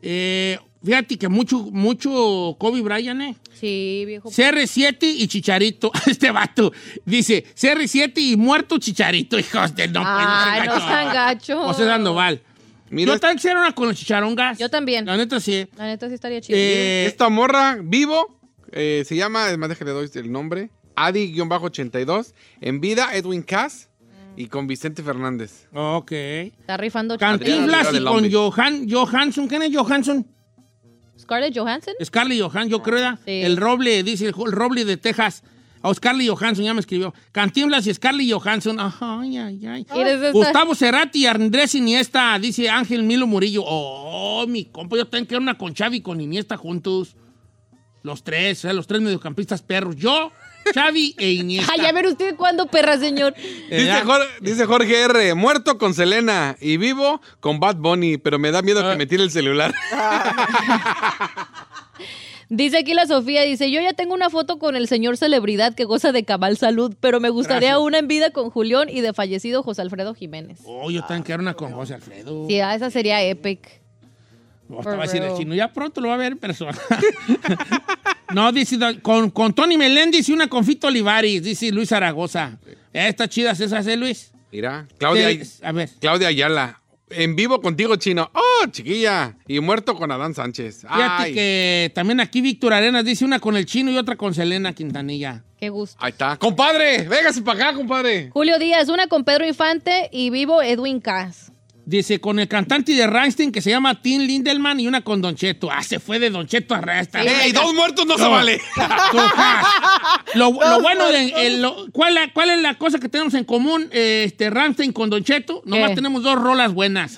Speaker 1: Eh, fíjate que mucho, mucho Kobe Bryant, eh.
Speaker 2: Sí, viejo.
Speaker 1: CR7 y Chicharito, este vato. Dice, CR7 y muerto Chicharito, hijos de no.
Speaker 2: Ay, no sean gachos.
Speaker 1: O sea, Sandoval.
Speaker 4: Mira,
Speaker 1: Yo también quisiera una con los chicharongas.
Speaker 2: Yo también.
Speaker 1: La neta sí.
Speaker 2: La neta sí estaría chido.
Speaker 1: Eh,
Speaker 4: esta morra vivo eh, se llama, además déjale doy el nombre, Adi-82. En vida, Edwin Cass y con Vicente Fernández.
Speaker 1: ok.
Speaker 2: Está rifando
Speaker 4: Adriana
Speaker 1: Cantinflas
Speaker 4: Rivera
Speaker 1: y
Speaker 4: del
Speaker 1: con
Speaker 4: Hombre.
Speaker 1: Johan, Johansson. ¿Quién es Johansson?
Speaker 2: Scarlett Johansson.
Speaker 1: Scarlett Johansson, yo creo. ¿verdad?
Speaker 2: Sí.
Speaker 1: El Roble, dice el, el Roble de Texas. A Scarlett Johansson, ya me escribió. Cantinflas y Scarlett Johansson. Ay, ay, ay.
Speaker 2: ¿Eres esta?
Speaker 1: Gustavo Cerati y Andrés Iniesta, dice Ángel Milo Murillo. Oh, mi compa, yo tengo que ir una con Xavi y con Iniesta juntos. Los tres, o sea, los tres mediocampistas perros. Yo, Xavi e Iniesta.
Speaker 2: Ay, a ver usted cuándo, perra, señor.
Speaker 1: Eh,
Speaker 4: Dice Jorge, dice Jorge R. Muerto con Selena y vivo con Bad Bunny, pero me da
Speaker 1: Ah.
Speaker 4: miedo que me tire el celular.
Speaker 2: Dice aquí la Sofía, dice, yo ya tengo una foto con el señor celebridad que goza de cabal salud, pero me gustaría
Speaker 1: Gracias.
Speaker 2: una en vida con Julián y de fallecido José Alfredo Jiménez.
Speaker 4: Uh.
Speaker 1: Oh, yo tengo que ir una con José Alfredo.
Speaker 2: Sí, ah, esa sería epic.
Speaker 1: Oh, te va a
Speaker 2: For
Speaker 1: decir el
Speaker 2: real.
Speaker 1: chino. Ya pronto lo va a ver en persona. no, dice con, con Tony Meléndez y una con Fito Olivares, dice Luis Zaragoza. Eh, Está chida esas, ¿eh, Luis?
Speaker 4: Mira, Claudia,
Speaker 1: Te- a ver.
Speaker 4: Claudia Ayala. En vivo contigo, chino. ¡Oh, chiquilla! Y muerto con Adán Sánchez.
Speaker 1: Fíjate
Speaker 4: ¡Ay!
Speaker 1: que también aquí Víctor Arenas dice una con el chino y otra con Selena Quintanilla.
Speaker 2: Qué gusto.
Speaker 4: Ahí está. ¡Compadre! ¡Végase para acá, compadre!
Speaker 2: Julio Díaz, una con Pedro Infante y vivo Edwin Cass.
Speaker 1: Dice con el cantante de Rammstein que se llama Tim Lindelman y una con Don Cheto. Ah, se fue de Don Cheto a Rammstein.
Speaker 4: ¡Ey, dos muertos no, se vale!
Speaker 1: Toca. Lo, lo bueno de. el- lo- ¿cuál, la- cuál es la cosa que tenemos en común, eh, este Ramstein con Don Cheto? Nomás
Speaker 2: ¿Qué?
Speaker 1: tenemos dos rolas buenas.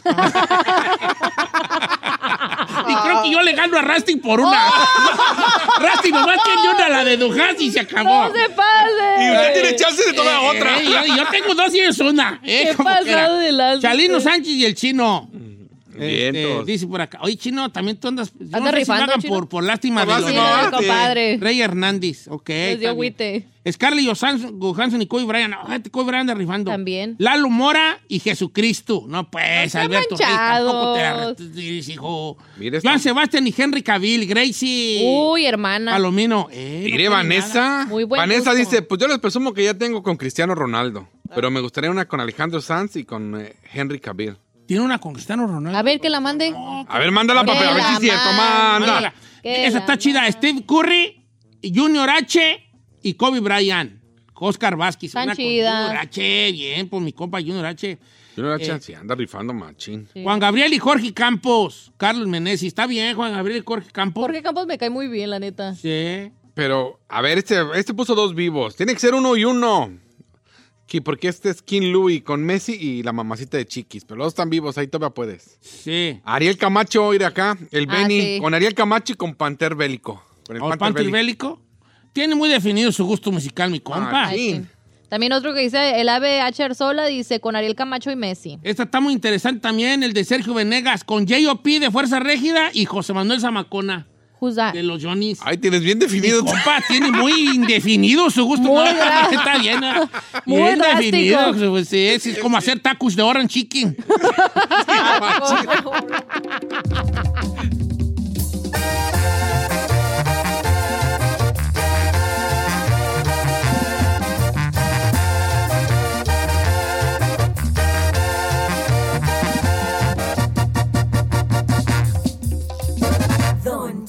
Speaker 1: y creo que yo le gano a Rastin por una. Rastin nomás tiene una, la de Dujas y se acabó.
Speaker 2: ¡No se pase!
Speaker 4: Y usted tiene chance de tomar otra.
Speaker 1: Eh, yo, yo tengo dos y es una. eh,
Speaker 2: Qué
Speaker 1: como
Speaker 2: pasado
Speaker 1: quiera.
Speaker 2: de lanza.
Speaker 1: Chalino Sánchez y el chino.
Speaker 4: Bien,
Speaker 1: Este,
Speaker 4: todos.
Speaker 1: dice por acá. Oye, chino, también tú andas. yo
Speaker 2: Anda
Speaker 1: no sé si
Speaker 2: rifando,
Speaker 1: lo hagan
Speaker 2: chino.
Speaker 1: por, por lástima
Speaker 4: Por
Speaker 1: de los
Speaker 2: Sí,
Speaker 4: lástima,
Speaker 1: demás.
Speaker 4: ¿verdad?
Speaker 2: compadre.
Speaker 1: Rey Hernández, ok.
Speaker 2: Les dio
Speaker 1: está bien.
Speaker 2: agüite.
Speaker 1: Scarlett Johansson, Johansson y Kobe Bryant. Ah, este Kobe Bryant anda rifando.
Speaker 2: También.
Speaker 1: Lalo Mora y Jesucristo. No, pues,
Speaker 2: No sean
Speaker 1: Alberto Ruiz, tampoco te la-
Speaker 2: manchados.
Speaker 1: te dices, hijo.
Speaker 4: Mira esta.
Speaker 1: Joan Sebastián y Henry Cavill, Gracie.
Speaker 2: Uy, hermana.
Speaker 1: Palomino. Eh, no
Speaker 4: Mire,
Speaker 1: tiene nada.
Speaker 4: Vanessa.
Speaker 2: Muy buen
Speaker 4: Vanessa
Speaker 2: gusto.
Speaker 4: dice: Pues yo les presumo que ya tengo con Cristiano Ronaldo. Pero me gustaría una con Alejandro Sanz y con eh, Henry Cavill.
Speaker 1: Tiene una con Cristiano Ronaldo.
Speaker 2: A ver, que la mande.
Speaker 4: A ver, mándala para a ver si es
Speaker 2: Que la
Speaker 4: cierto.
Speaker 2: mande.
Speaker 4: Mándala.
Speaker 2: Que
Speaker 1: Esa
Speaker 2: la
Speaker 1: está chida. Steve Curry, Junior H y Kobe Bryant. Oscar Vázquez.
Speaker 2: Están
Speaker 1: una con
Speaker 2: chidas.
Speaker 1: Junior H, bien, por mi compa Junior H.
Speaker 4: Yo
Speaker 2: Eh.
Speaker 4: no chance, anda rifando machín.
Speaker 1: Juan Gabriel y Jorge Campos. Carlos Meneses. Está bien, Juan Gabriel y Jorge Campos.
Speaker 2: Jorge Campos me cae muy bien, la neta.
Speaker 1: Sí.
Speaker 4: Pero, a ver, este, este puso dos vivos. Tiene que ser uno y uno. Que porque este es King Louis con Messi y la mamacita de Chiquis. Pero los dos están vivos, ahí todavía puedes.
Speaker 1: Sí.
Speaker 4: Ariel Camacho, ir acá. El
Speaker 2: Ah,
Speaker 4: Benny.
Speaker 2: sí.
Speaker 4: Con Ariel Camacho y con Panther Bélico. Con el
Speaker 1: O el
Speaker 4: Panther,
Speaker 1: Panther
Speaker 4: Bélico.
Speaker 1: Oh, Bélico. Tiene muy definido su gusto musical, mi compa.
Speaker 4: Ah, sí.
Speaker 2: También otro que dice, el ave H. Sola dice, con Ariel Camacho y Messi.
Speaker 1: Esta está muy interesante también, el de Sergio Venegas, con J.O.P. de Fuerza Régida y José Manuel Zamacona,
Speaker 2: Who's that?
Speaker 1: de los Johnnies.
Speaker 4: Ay, tienes bien
Speaker 1: Mi
Speaker 4: definido.
Speaker 1: compa tiene muy indefinido su gusto.
Speaker 2: Muy
Speaker 1: musical.
Speaker 2: drástico.
Speaker 1: está bien. ¿eh?
Speaker 2: Muy
Speaker 1: bien
Speaker 2: drástico.
Speaker 1: definido. pues, sí, es, es como hacer tacos de orange chicken.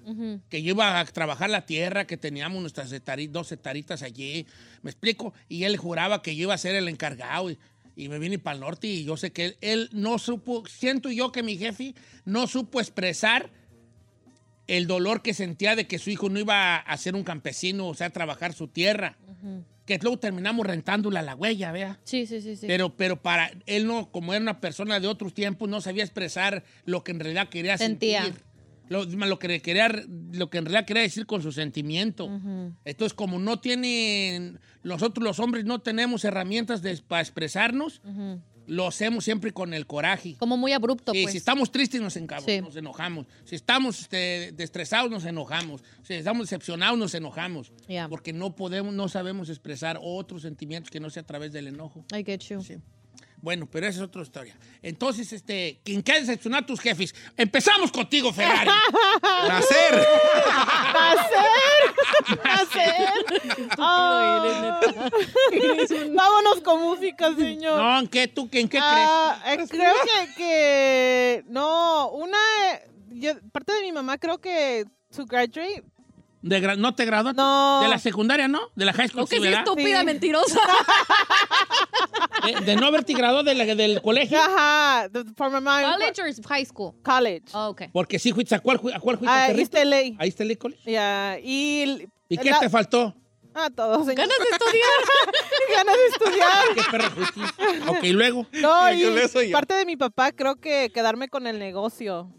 Speaker 1: Que yo iba a trabajar la tierra, que teníamos nuestras hectari- dos hectaritas allí, ¿me explico? Y él juraba que yo iba a ser el encargado y, y me vine para el norte y yo sé que él, él no supo, siento yo que mi jefe no supo expresar el dolor que sentía de que su hijo no iba a ser un campesino, o sea, a trabajar su tierra. Que luego terminamos rentándola a la huella, vea.
Speaker 2: Sí, sí, sí, sí.
Speaker 1: Pero, pero para él no, como era una persona de otros tiempos, no sabía expresar lo que en realidad quería
Speaker 2: Sentía.
Speaker 1: sentir. Lo, lo que quería, lo que en realidad quería decir con su sentimiento. Entonces, como no tienen, nosotros los hombres no tenemos herramientas de- para expresarnos, lo hacemos siempre con el coraje.
Speaker 2: Como muy abrupto,
Speaker 1: Sí,
Speaker 2: pues.
Speaker 1: si estamos tristes nos, encab-
Speaker 2: Sí.
Speaker 1: nos enojamos. Si estamos este, estresados nos enojamos. Si estamos decepcionados nos enojamos.
Speaker 2: Ya.
Speaker 1: Porque no podemos, no sabemos expresar otros sentimientos que no sea a través del enojo.
Speaker 2: I get you.
Speaker 1: Sí. Bueno, pero esa es otra historia. Entonces, este, ¿en qué decepcionar a tus jefes? Empezamos contigo, Ferrari.
Speaker 4: ¡Nacer!
Speaker 3: ¡Hacer! ¡Hacer! Ah. Vámonos con música, señor.
Speaker 1: No, ¿en qué tú, en qué Pues
Speaker 3: Ah, eh, creo que, que no, una yo, parte de mi mamá creo que to graduate
Speaker 1: crees? ¿De gra- ¿No te graduaste?
Speaker 3: No.
Speaker 1: ¿De la secundaria, no? ¿De la high school,
Speaker 2: Lo que
Speaker 1: sí,
Speaker 2: sí,
Speaker 1: verdad?
Speaker 2: estúpida,
Speaker 3: Sí.
Speaker 2: mentirosa.
Speaker 1: Eh, ¿De no haberte graduado de la- del colegio?
Speaker 3: ajá the- for my mom
Speaker 2: College or high school?
Speaker 3: college
Speaker 2: Oh, okay.
Speaker 1: Porque sí, fuiste, ¿a cuál, ju- a cuál fuiste,
Speaker 3: Ah,
Speaker 1: perrito?
Speaker 3: East LA.
Speaker 1: Ahí está el colegio.
Speaker 3: Ya, y
Speaker 1: ¿Y qué
Speaker 3: la-
Speaker 1: te faltó?
Speaker 3: ah todo señor.
Speaker 2: ¿Ganas de estudiar?
Speaker 3: ganas de estudiar
Speaker 1: ¿Qué perro fuiste? ok, ¿y luego?
Speaker 3: no
Speaker 4: Yo le soy
Speaker 3: y
Speaker 4: yo.
Speaker 3: parte de mi papá creo que quedarme con el negocio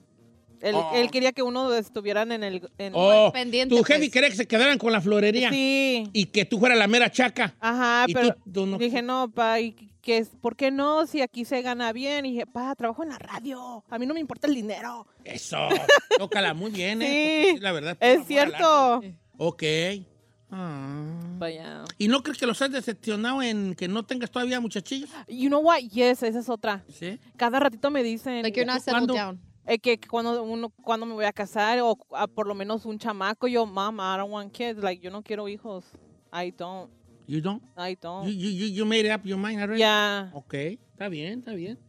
Speaker 3: él, él quería que uno estuvieran en el en-
Speaker 1: Oh,
Speaker 2: pendiente,
Speaker 1: tu jefe
Speaker 2: pues.
Speaker 1: quería que se quedaran con la florería
Speaker 3: sí
Speaker 1: y que tú fueras la mera chaca.
Speaker 3: Ajá,
Speaker 1: Y
Speaker 3: pero
Speaker 1: tú- tú no-
Speaker 3: dije, no, pa, ¿y qué es? ¿por qué no? Si aquí se gana bien. Y dije, pa, trabajo en la radio. A mí no me importa el dinero.
Speaker 1: Eso, tócala muy bien, ¿eh?
Speaker 3: Sí,
Speaker 1: Porque la verdad. por
Speaker 3: Es
Speaker 1: favor, al
Speaker 3: cierto.
Speaker 1: arte. Ok. Ah. ¿Y no crees que los has decepcionado en que no tengas todavía muchachillos?
Speaker 3: You know what? Yes, esa es otra.
Speaker 1: Sí.
Speaker 3: Cada ratito me dicen
Speaker 2: Like you're not settled
Speaker 1: ¿Cuándo?
Speaker 2: down.
Speaker 3: eh, que que cuando uno cuando me voy a casar o ah, por lo menos un chamaco. Yo, mama, I don't want kids. Like, yo no quiero hijos. I don't.
Speaker 1: You don't.
Speaker 3: I
Speaker 1: You,
Speaker 3: don't.
Speaker 1: you, you, you made up your mind already.
Speaker 3: Ya.
Speaker 1: Ok, está bien, está bien.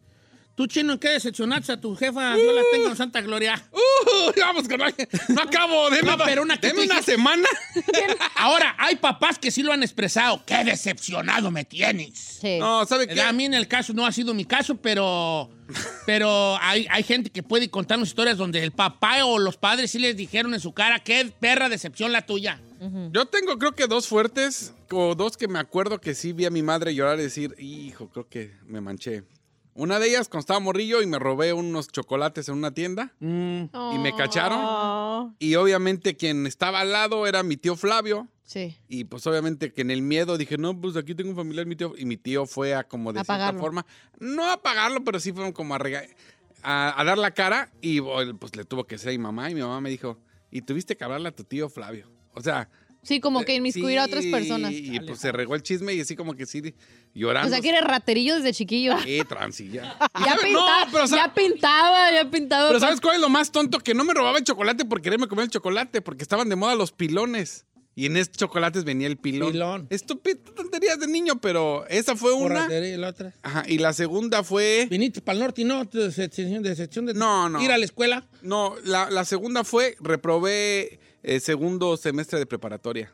Speaker 1: ¿Tú, Chino, en qué decepcionaste a tu jefa? Yo la tengo en Santa Gloria.
Speaker 4: Uh, vamos con No acabo de
Speaker 1: No,
Speaker 4: nada.
Speaker 1: pero una que
Speaker 4: Deme
Speaker 1: tú
Speaker 4: una
Speaker 1: dijiste.
Speaker 4: semana.
Speaker 1: Ahora, hay papás que sí lo han expresado. ¡Qué decepcionado me tienes!
Speaker 2: Sí.
Speaker 4: No, ¿sabe qué?
Speaker 1: A mí en el caso no ha sido mi caso, pero, pero hay, hay gente que puede contarnos historias donde el papá o los padres sí les dijeron en su cara, qué perra decepción la tuya.
Speaker 4: Yo tengo creo que dos fuertes, o dos que me acuerdo que sí vi a mi madre llorar y decir, hijo, creo que me manché. Una de ellas cuando estaba morrillo y me robé unos chocolates en una tienda
Speaker 1: Mm.
Speaker 4: y me cacharon.
Speaker 3: Oh.
Speaker 4: Y obviamente quien estaba al lado era mi tío Flavio.
Speaker 2: Sí.
Speaker 4: Y pues obviamente que en el miedo dije, no, pues aquí tengo un familiar, mi tío. Y mi tío fue a como de
Speaker 2: A
Speaker 4: cierta
Speaker 2: pagarlo.
Speaker 4: forma, no a pagarlo, pero sí fueron como a, rega- a, a dar la cara. Y bueno, pues le tuvo que ser a mi mamá. Y mi mamá me dijo, y tuviste que hablarle a tu tío Flavio. O sea...
Speaker 2: Sí, como que inmiscuir a otras
Speaker 4: sí,
Speaker 2: personas.
Speaker 4: Y pues se regó el chisme y así como que sí, llorando.
Speaker 2: O sea, que eres raterillo desde chiquillo.
Speaker 4: Eh, transilla.
Speaker 1: Ah,
Speaker 4: Y
Speaker 2: Ya,
Speaker 4: sabe-
Speaker 2: pinta-
Speaker 4: no, pero, sa-
Speaker 2: ya pintaba, ya pintaba.
Speaker 4: pero ¿sabes cuál es lo más tonto? Que no me robaba el chocolate por quererme comer el chocolate, porque estaban de moda los pilones. Y en estos chocolates venía el pilón.
Speaker 1: Pilón.
Speaker 4: Estúpido, tonterías de niño, pero esa fue una.
Speaker 1: Borradería y la otra.
Speaker 4: Ajá, y la segunda fue.
Speaker 1: Viniste para el norte y no, te decepción, decepción de
Speaker 4: No, no.
Speaker 1: ir a la escuela.
Speaker 4: No, la, la segunda fue reprobé eh, segundo semestre de preparatoria.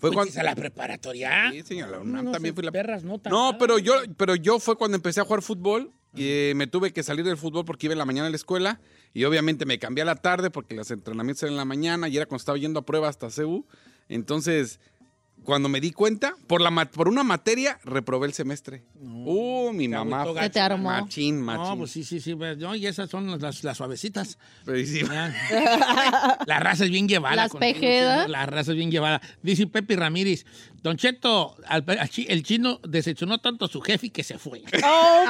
Speaker 4: Fue
Speaker 1: Fuiste
Speaker 4: cuando.
Speaker 1: a la preparatoria.
Speaker 4: Sí, señor, la
Speaker 1: No,
Speaker 4: UNAM
Speaker 1: no,
Speaker 4: también
Speaker 1: se-
Speaker 4: fui la-
Speaker 1: Perras, no, tan
Speaker 4: No,
Speaker 1: nada.
Speaker 4: pero yo, pero yo fue cuando empecé a jugar fútbol y eh, me tuve que salir del fútbol porque iba en la mañana a la escuela y obviamente me cambié a la tarde porque los entrenamientos eran en la mañana y era cuando estaba yendo a prueba hasta CU. Entonces, cuando me di cuenta, por, la, ma- por una materia reprobé el semestre. Uh, mi
Speaker 1: Te
Speaker 4: mamá.
Speaker 1: agüitó
Speaker 4: fue
Speaker 2: Se te armó.
Speaker 4: Machín, machín.
Speaker 1: No, pues sí, sí, sí. pues, no, y esas son las- las, las suavecitas.
Speaker 4: Pero sí,
Speaker 1: Ya. La raza es bien llevada.
Speaker 2: Las
Speaker 1: contigo,
Speaker 2: pejedas.
Speaker 1: chino, La raza es bien llevada. Dice Pepe Ramírez, Don Cheto, al- al chi- el chino decepcionó tanto a su jefe que se fue.
Speaker 3: Oh,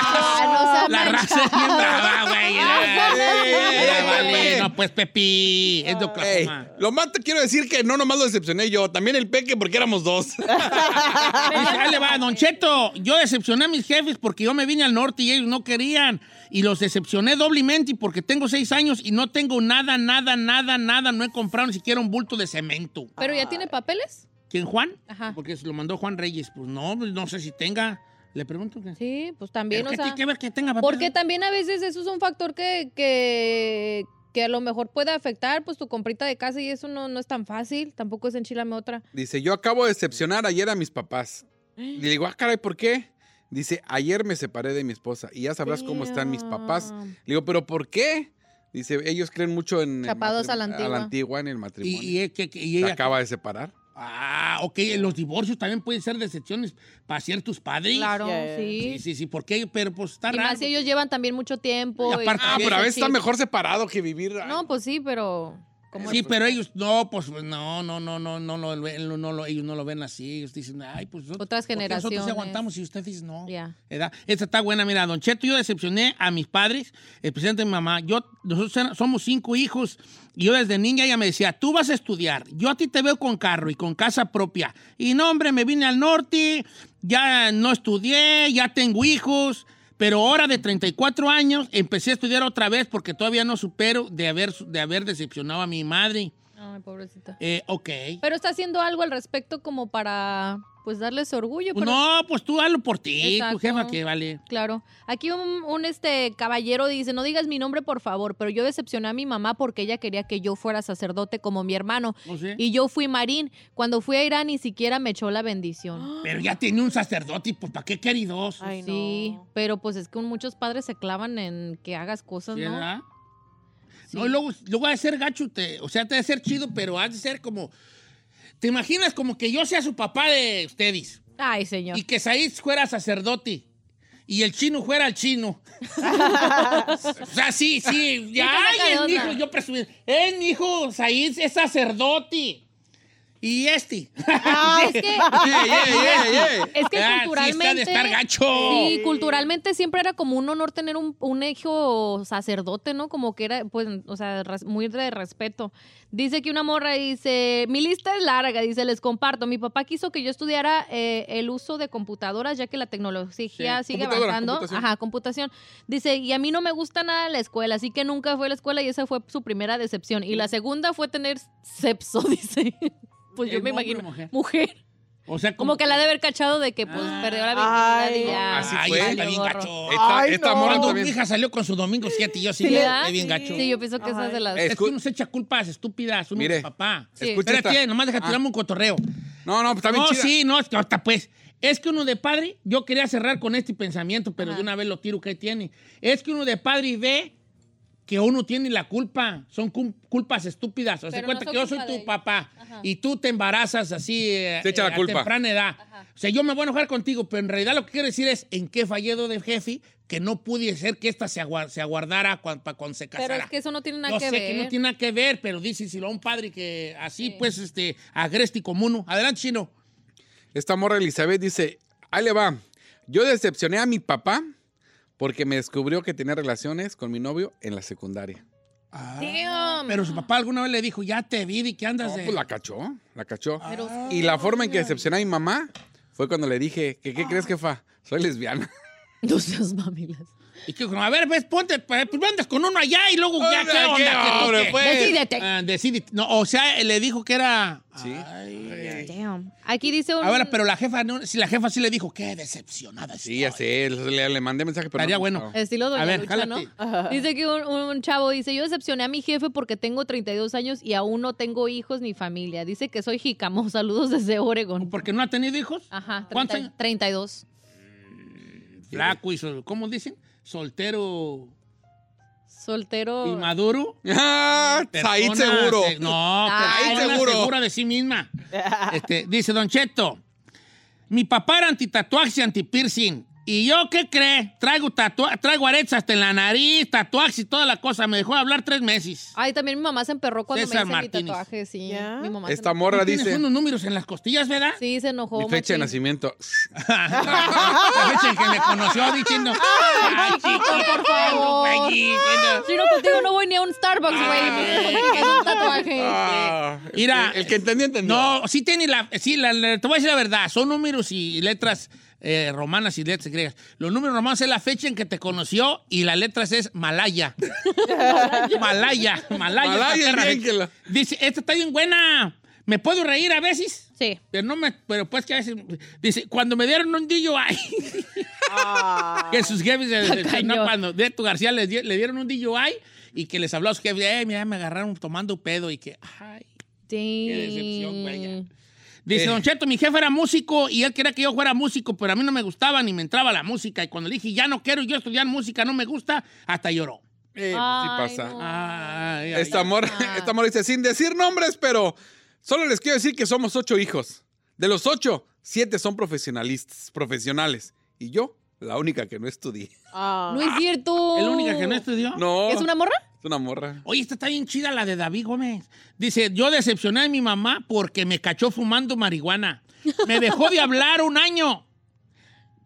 Speaker 2: Ah, no se
Speaker 1: La
Speaker 2: mancha.
Speaker 1: raza es bien brava, güey. Ya, ya, ya,
Speaker 4: Pepe.
Speaker 1: vale. No, pues Pepi, es de
Speaker 4: Ey,
Speaker 1: Oklahoma.
Speaker 4: lo más te quiero decir que no nomás lo decepcioné yo, también el peque porque éramos dos.
Speaker 1: Dice, ahí le va, Don Cheto, yo decepcioné a mis jefes porque yo me vine al norte y ellos no querían. Y los decepcioné doblemente porque tengo seis años y no tengo nada, nada, nada, nada. No he comprado ni siquiera un bulto de cemento.
Speaker 2: ¿Pero ya tiene papeles?
Speaker 1: ¿Quién, Juan?
Speaker 2: Ajá.
Speaker 1: Porque se lo mandó Juan Reyes. Pues no, pues no sé si tenga. Le pregunto que.
Speaker 2: Sí, pues
Speaker 1: Pero
Speaker 2: también, o
Speaker 1: ¿qué
Speaker 2: sea.
Speaker 1: tiene que ver que tenga papel?
Speaker 2: Porque también a veces eso es un factor que, que, que a lo mejor puede afectar pues tu comprita de casa y eso no, no es tan fácil. Tampoco es enchilame otra.
Speaker 4: Dice, yo acabo de decepcionar ayer a mis papás. Y le digo, ah, caray, ¿por qué? Dice, ayer me separé de mi esposa y ya sabrás cómo están mis papás.
Speaker 2: Damn.
Speaker 4: Le digo, ¿pero por qué? Dice, ellos creen mucho en... el
Speaker 2: Chapados a la
Speaker 4: matrim-
Speaker 2: antigua.
Speaker 4: en el matrimonio.
Speaker 1: Y, y, es que- que- y
Speaker 4: ¿Se
Speaker 1: ella-
Speaker 4: acaba de separar?
Speaker 1: Ah, ok. Los divorcios también pueden ser decepciones para ciertos padres.
Speaker 2: Claro,
Speaker 3: Yeah.
Speaker 1: Sí,
Speaker 2: sí.
Speaker 1: sí, sí. ¿Por qué? Pero pues está
Speaker 2: Y
Speaker 1: raro.
Speaker 2: más si ellos llevan también mucho tiempo.
Speaker 1: Y
Speaker 2: y-
Speaker 1: aparte-
Speaker 4: Ah,
Speaker 1: Sí,
Speaker 4: pero a
Speaker 1: sí,
Speaker 4: veces
Speaker 1: sí.
Speaker 4: está mejor separado que vivir...
Speaker 2: No, pues sí, pero... ¿cómo
Speaker 1: Sí,
Speaker 2: es?
Speaker 1: pero ellos, no, pues no, no, no, no, no, lo ven- no, lo- ellos no lo ven así. Ellos dicen, ay, pues nosotros-
Speaker 2: Otras
Speaker 1: ¿por qué Nosotros sí
Speaker 2: generaciones.
Speaker 1: aguantamos y ustedes no.
Speaker 2: Ya.
Speaker 1: ¿Verdad? Esta está buena, mira, Don Cheto, yo decepcioné a mis padres, especialmente a mi mamá. Yo, nosotros era- somos cinco hijos y yo desde niña ella me decía, tú vas a estudiar, yo a ti te veo con carro y con casa propia. Y no, hombre, me vine al norte, ya no estudié, ya tengo hijos, pero ahora de 34 años empecé a estudiar otra vez porque todavía no supero de haber, de haber decepcionado a mi madre.
Speaker 2: Ay, pobrecita.
Speaker 1: Eh, ok.
Speaker 2: Pero está haciendo algo al respecto como para, pues, darles orgullo.
Speaker 1: Pues
Speaker 2: pero-
Speaker 1: no, pues tú hazlo por ti, tu
Speaker 2: Exacto.
Speaker 1: jefa que vale.
Speaker 2: Claro. Aquí un, un, este caballero dice, no digas mi nombre, por favor, pero yo decepcioné a mi mamá porque ella quería que yo fuera sacerdote como mi hermano.
Speaker 1: No sé.
Speaker 2: Y yo fui marín. Cuando fui a Irán ni siquiera me echó la bendición.
Speaker 1: Pero ya tiene un sacerdote y pues ¿para qué queridos?
Speaker 3: Ay, no.
Speaker 2: sí, pero pues es que muchos padres se clavan en que hagas cosas, ¿no?
Speaker 1: ¿Verdad? No, y luego, luego ha de ser gacho, te- o sea, te ha de ser chido, pero ha de ser como... ¿Te imaginas como que yo sea su papá de ustedes?
Speaker 2: Ay, señor.
Speaker 1: Y que Saiz fuera sacerdote. Y el chino fuera el chino. o sea, sí, sí. Ya,
Speaker 2: te saca
Speaker 1: ay,
Speaker 2: de
Speaker 1: es mi
Speaker 2: onda.
Speaker 1: hijo, yo presumí. Es mi hijo, Saiz es sacerdote. Y este.
Speaker 2: Es que-
Speaker 4: ¡Ey, ey, ey, ey!
Speaker 2: Es que
Speaker 1: Ah,
Speaker 2: culturalmente.
Speaker 1: Sí, Ah, está de estar gacho.
Speaker 2: Sí, culturalmente siempre era como un honor tener un, un hijo sacerdote, ¿no? Como que era, pues, o sea, res- muy de respeto. Dice que una morra dice, mi lista es larga, dice, les comparto, mi papá quiso que yo estudiara eh, el uso de computadoras, ya que la tecnología
Speaker 4: Sí.
Speaker 2: sigue
Speaker 4: Computadora,
Speaker 2: avanzando.
Speaker 4: computación.
Speaker 2: Ajá, computación. Dice, y a mí no me gusta nada la escuela, así que nunca fue a la escuela y esa fue su primera decepción. Y la segunda fue tener sepso, dice. Pues yo
Speaker 1: ¿Es
Speaker 2: me
Speaker 1: hombre o
Speaker 2: imagino.
Speaker 1: mujer?
Speaker 2: Mujer.
Speaker 1: O sea,
Speaker 2: Como que la de haber cachado de que pues
Speaker 1: Ah.
Speaker 2: perdió la virginidad
Speaker 3: Ay.
Speaker 2: y ya.
Speaker 4: Así
Speaker 1: Ay,
Speaker 4: fue.
Speaker 1: está
Speaker 2: valió
Speaker 1: bien
Speaker 2: gorro. Ah,
Speaker 1: gacho.
Speaker 4: Esta,
Speaker 3: Ay,
Speaker 4: esta
Speaker 3: no.
Speaker 4: morra
Speaker 1: Cuando mi
Speaker 4: también.
Speaker 1: hija salió con su domingo 7 y yo sí,
Speaker 2: Sí, ¿verdad?
Speaker 1: es bien gacho. Eh,
Speaker 2: Sí, yo pienso que esa es de las.
Speaker 4: Ay.
Speaker 1: Es que uno se echa culpas estúpidas, uno
Speaker 4: Mire.
Speaker 1: es papá.
Speaker 2: Sí.
Speaker 4: Escucha
Speaker 1: Espérate,
Speaker 4: esta.
Speaker 1: nomás deja
Speaker 4: Ah.
Speaker 1: tirarme un cotorreo.
Speaker 4: No, no, pues está bien
Speaker 1: no,
Speaker 4: chida.
Speaker 1: sí, no, es que ahorita pues. Es que uno de padre, yo quería cerrar con este pensamiento, pero de una vez lo tiro que tiene. Es que uno de padre ve que uno tiene la culpa. Son cum- culpas estúpidas. O sea,
Speaker 2: Pero
Speaker 1: cuenta
Speaker 2: no
Speaker 1: que yo
Speaker 2: son
Speaker 1: soy
Speaker 2: culpa de
Speaker 1: tu
Speaker 2: ellos.
Speaker 1: papá y tú te embarazas así eh,
Speaker 4: Se echa la
Speaker 1: a
Speaker 4: culpa.
Speaker 1: temprana edad. O sea, yo me voy a enojar contigo, pero en realidad lo que quiero decir es en qué falledo de jefe que no pude ser que esta se, agua- se aguardara cuan- pa' cuando se casara.
Speaker 2: Pero es que eso no tiene nada
Speaker 1: Yo
Speaker 2: que
Speaker 1: sé
Speaker 2: ver.
Speaker 1: que no tiene nada que ver, pero dice si lo a un padre que así, pues, este, agreste y comuno. Adelante, chino.
Speaker 4: Esta morra Elizabeth dice, ahí le va. Yo decepcioné a mi papá porque me descubrió que tenía relaciones con mi novio en la secundaria.
Speaker 2: Damn.
Speaker 1: Pero su papá alguna vez le dijo, ya te vi, y que andas
Speaker 4: No,
Speaker 1: de.
Speaker 4: pues la cachó, la cachó.
Speaker 1: Pero-
Speaker 4: y la forma en que decepcioné a mi mamá fue cuando le dije, que, ¿qué crees, jefa? Soy lesbiana.
Speaker 2: No seas mamilas.
Speaker 1: Y que dijo, a ver, ves, ponte, pues andas con uno allá y luego ya,
Speaker 4: Hombre,
Speaker 1: ¿qué
Speaker 4: qué
Speaker 1: onda? ¿Qué tú
Speaker 4: hombre,
Speaker 1: qué?
Speaker 4: pues.
Speaker 2: Decídete.
Speaker 1: Ah, decide- No, o sea, le dijo que era.
Speaker 4: Sí.
Speaker 1: Ay, ay.
Speaker 2: Damn. Aquí dice un.
Speaker 1: A ver, pero la jefa, no, si la jefa sí le dijo, qué decepcionada.
Speaker 4: Sí, ya
Speaker 1: estoy".
Speaker 4: sé, le, le mandé mensaje, pero
Speaker 1: Estaría
Speaker 4: no
Speaker 1: bueno.
Speaker 4: contestaba.
Speaker 2: Estilo Doña
Speaker 1: A ver,
Speaker 2: Lucha,
Speaker 1: jálate.
Speaker 2: ¿no? Dice que un, un chavo dice, yo decepcioné a mi jefe porque tengo 32 años y aún no tengo hijos ni familia. Dice que soy jicamo. Saludos desde Oregon.
Speaker 1: Porque no ha tenido hijos.
Speaker 2: Ajá,
Speaker 1: ¿Cuántos
Speaker 2: 30 32.
Speaker 1: Flaco y, sol- ¿cómo dicen? Soltero
Speaker 2: Soltero.
Speaker 1: y maduro.
Speaker 4: Ah, Said
Speaker 1: Persona
Speaker 4: seguro.
Speaker 1: se- eh, no,
Speaker 2: Ay,
Speaker 1: persona
Speaker 4: seguro.
Speaker 1: segura de sí misma. Este, dice Don Cheto, mi papá era antitatuajes y antipiercing. ¿Y yo qué cree? Traigo, tatua- traigo aretes hasta en la nariz, tatuajes y toda la cosa. Me dejó de hablar tres meses.
Speaker 2: Ay, también mi mamá se emperró cuando
Speaker 1: César
Speaker 2: me hice
Speaker 1: Martínez.
Speaker 2: mi tatuaje, sí.
Speaker 3: ¿Ya?
Speaker 2: Mi mamá se
Speaker 4: Esta
Speaker 2: enojó.
Speaker 4: morra
Speaker 1: Tienes
Speaker 4: dice,
Speaker 1: unos números en las costillas, ¿verdad?
Speaker 2: Sí, se enojó.
Speaker 4: mi fecha de
Speaker 2: machín.
Speaker 4: nacimiento.
Speaker 1: La fecha en que me conoció diciendo, ay, chico, por favor.
Speaker 2: Si no contigo no voy ni a un Starbucks,
Speaker 1: Ay.
Speaker 2: güey. Es un tatuaje.
Speaker 4: Ah, el
Speaker 1: Mira,
Speaker 4: que- el, que entendió, entendió.
Speaker 1: No, sí tiene la, sí, la- la- te voy a decir la verdad, son números y letras eh, romanas y letras griegas. Los números romanos es la fecha en que te conoció y las letras es Malaya. Malaya, Malaya.
Speaker 4: Malaya,
Speaker 1: esta perra
Speaker 4: bien
Speaker 1: fecha.
Speaker 4: que la-
Speaker 1: Dice, esta está bien buena, me puedo reír a veces.
Speaker 2: Sí.
Speaker 1: Pero no me, pero pues que a veces, dice, cuando me dieron un DUI, que sus jefes se decepcionaron
Speaker 2: cañón.
Speaker 1: cuando Beto García les dio- le dieron un DUI y que les habló a sus jefes, eh, mira, me agarraron tomando pedo y que, ay.
Speaker 2: Qué
Speaker 1: decepción, güey. Dice, Don Cheto, mi jefe era músico y él quería que yo fuera músico, pero a mí no me gustaba ni me entraba la música. Y cuando le dije, ya no quiero yo estudiar música, no me gusta, hasta lloró.
Speaker 4: Eh, pues, sí pasa.
Speaker 1: Ay, ay,
Speaker 4: Esta
Speaker 1: ay.
Speaker 4: morra, esta morra dice, sin decir nombres, pero solo les quiero decir que somos ocho hijos. De los ocho, siete son profesionalistas, profesionales. Y yo, la única que no estudié.
Speaker 3: Ah.
Speaker 2: No es cierto.
Speaker 1: ¿Es la única que no estudió?
Speaker 4: No.
Speaker 2: ¿Es una morra?
Speaker 4: es una morra.
Speaker 1: Oye, esta está bien chida la de David Gómez. Dice, yo decepcioné a mi mamá porque me cachó fumando marihuana. Me dejó de hablar un año.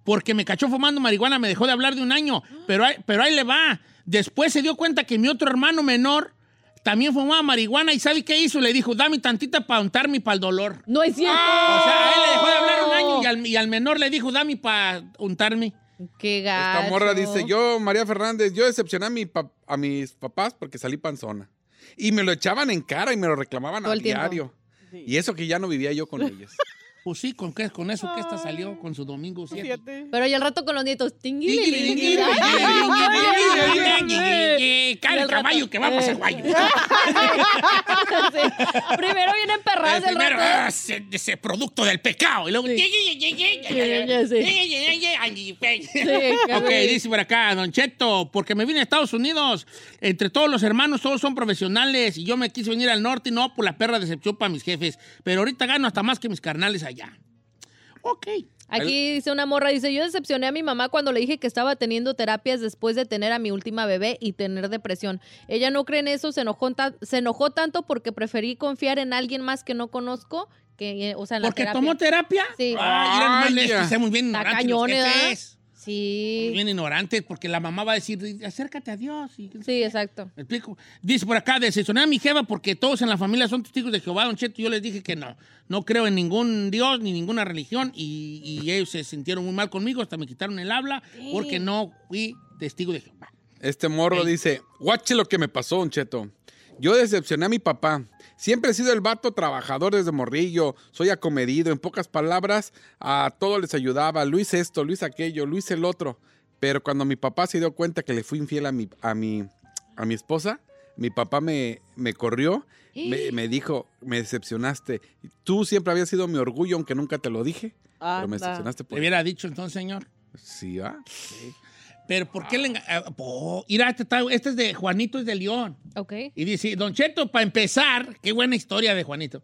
Speaker 1: Porque me cachó fumando marihuana, me dejó de hablar de un año. Pero ahí, pero ahí le va. Después se dio cuenta que mi otro hermano menor también fumaba marihuana. ¿Y sabe qué hizo? Le dijo, dame tantita para untarme para el dolor.
Speaker 2: No es cierto.
Speaker 1: Ah, O sea, a él le dejó de hablar un año y a al, y al menor le dijo, dame para untarme.
Speaker 2: Qué gacho.
Speaker 4: Esta morra dice, yo, María Fernández, yo decepcioné a, mi pap- a mis papás porque salí panzona. Y me lo echaban en cara y me lo reclamaban
Speaker 2: Todo
Speaker 4: a
Speaker 2: el tiempo.
Speaker 4: diario. Y eso que ya no vivía yo con ellos.
Speaker 1: Pues sí, ¿con, qué, con eso que esta salió con su domingo 7.
Speaker 3: Siete.
Speaker 2: Pero ya al rato con los nietos. tinguililingui. Ah,
Speaker 1: Cara el caballo que vamos a guayo.
Speaker 2: Sí. Primero vienen perras el
Speaker 1: Primero,
Speaker 2: rato.
Speaker 1: ah, ese, ese producto del pecado. Y luego.
Speaker 2: Sí,
Speaker 1: Ok,
Speaker 2: cabrón.
Speaker 1: dice por acá, Don Cheto, porque me vine a Estados Unidos. Entre todos los hermanos, todos son profesionales. Y yo me quise venir al norte y no por la perra decepción para mis jefes. Pero ahorita gano hasta más que mis carnales allá. Ok.
Speaker 2: Aquí dice una morra, dice, yo decepcioné a mi mamá cuando le dije que estaba teniendo terapias después de tener a mi última bebé y tener depresión. Ella no cree en eso, se enojó, ta- se enojó tanto porque preferí confiar en alguien más que no conozco, que, eh, o sea, en la
Speaker 1: ¿Porque
Speaker 2: terapia.
Speaker 1: tomó terapia?
Speaker 2: Sí.
Speaker 1: Ay, mira nomás,
Speaker 4: Ay,
Speaker 1: es que
Speaker 4: ya.
Speaker 1: sea muy bien
Speaker 2: Está
Speaker 1: ignorante.
Speaker 2: cañón, ¿eh?
Speaker 1: jefes. Muy
Speaker 2: Sí,
Speaker 1: bien ignorantes, porque la mamá va a decir, acércate a Dios. Y,
Speaker 2: sí, exacto.
Speaker 1: ¿Me explico? Dice por acá, decepcioné a mi jefa porque todos en la familia son testigos de Jehová, don Cheto. Yo les dije que no, no creo en ningún Dios ni ninguna religión y, y ellos se sintieron muy mal conmigo, hasta me quitaron el habla porque no fui testigo de
Speaker 2: Ah,
Speaker 1: Jehová.
Speaker 4: Este morro
Speaker 1: Ey.
Speaker 4: dice, guache lo que me pasó, Don Cheto. Yo decepcioné a mi papá. Siempre he sido el vato trabajador desde morrillo. Soy acomedido. En pocas palabras, a todo les ayudaba. Luis esto, Luis aquello, Luis el otro. Pero cuando mi papá se dio cuenta que le fui infiel a mi, a mi, a mi esposa, mi papá me, me corrió. Me, me dijo, me decepcionaste. Tú siempre habías sido mi orgullo, aunque nunca te lo dije. Pero me
Speaker 3: Anda.
Speaker 4: decepcionaste
Speaker 2: pues.
Speaker 1: Le
Speaker 4: por...
Speaker 1: hubiera dicho entonces, señor.
Speaker 4: Sí, ¿ah?
Speaker 1: Pero ¿por qué le enga- ah, po- mira, este, está- este es de Juanito, es de León.
Speaker 2: Ok.
Speaker 1: Y dice, Don Cheto, para empezar, qué buena historia de Juanito.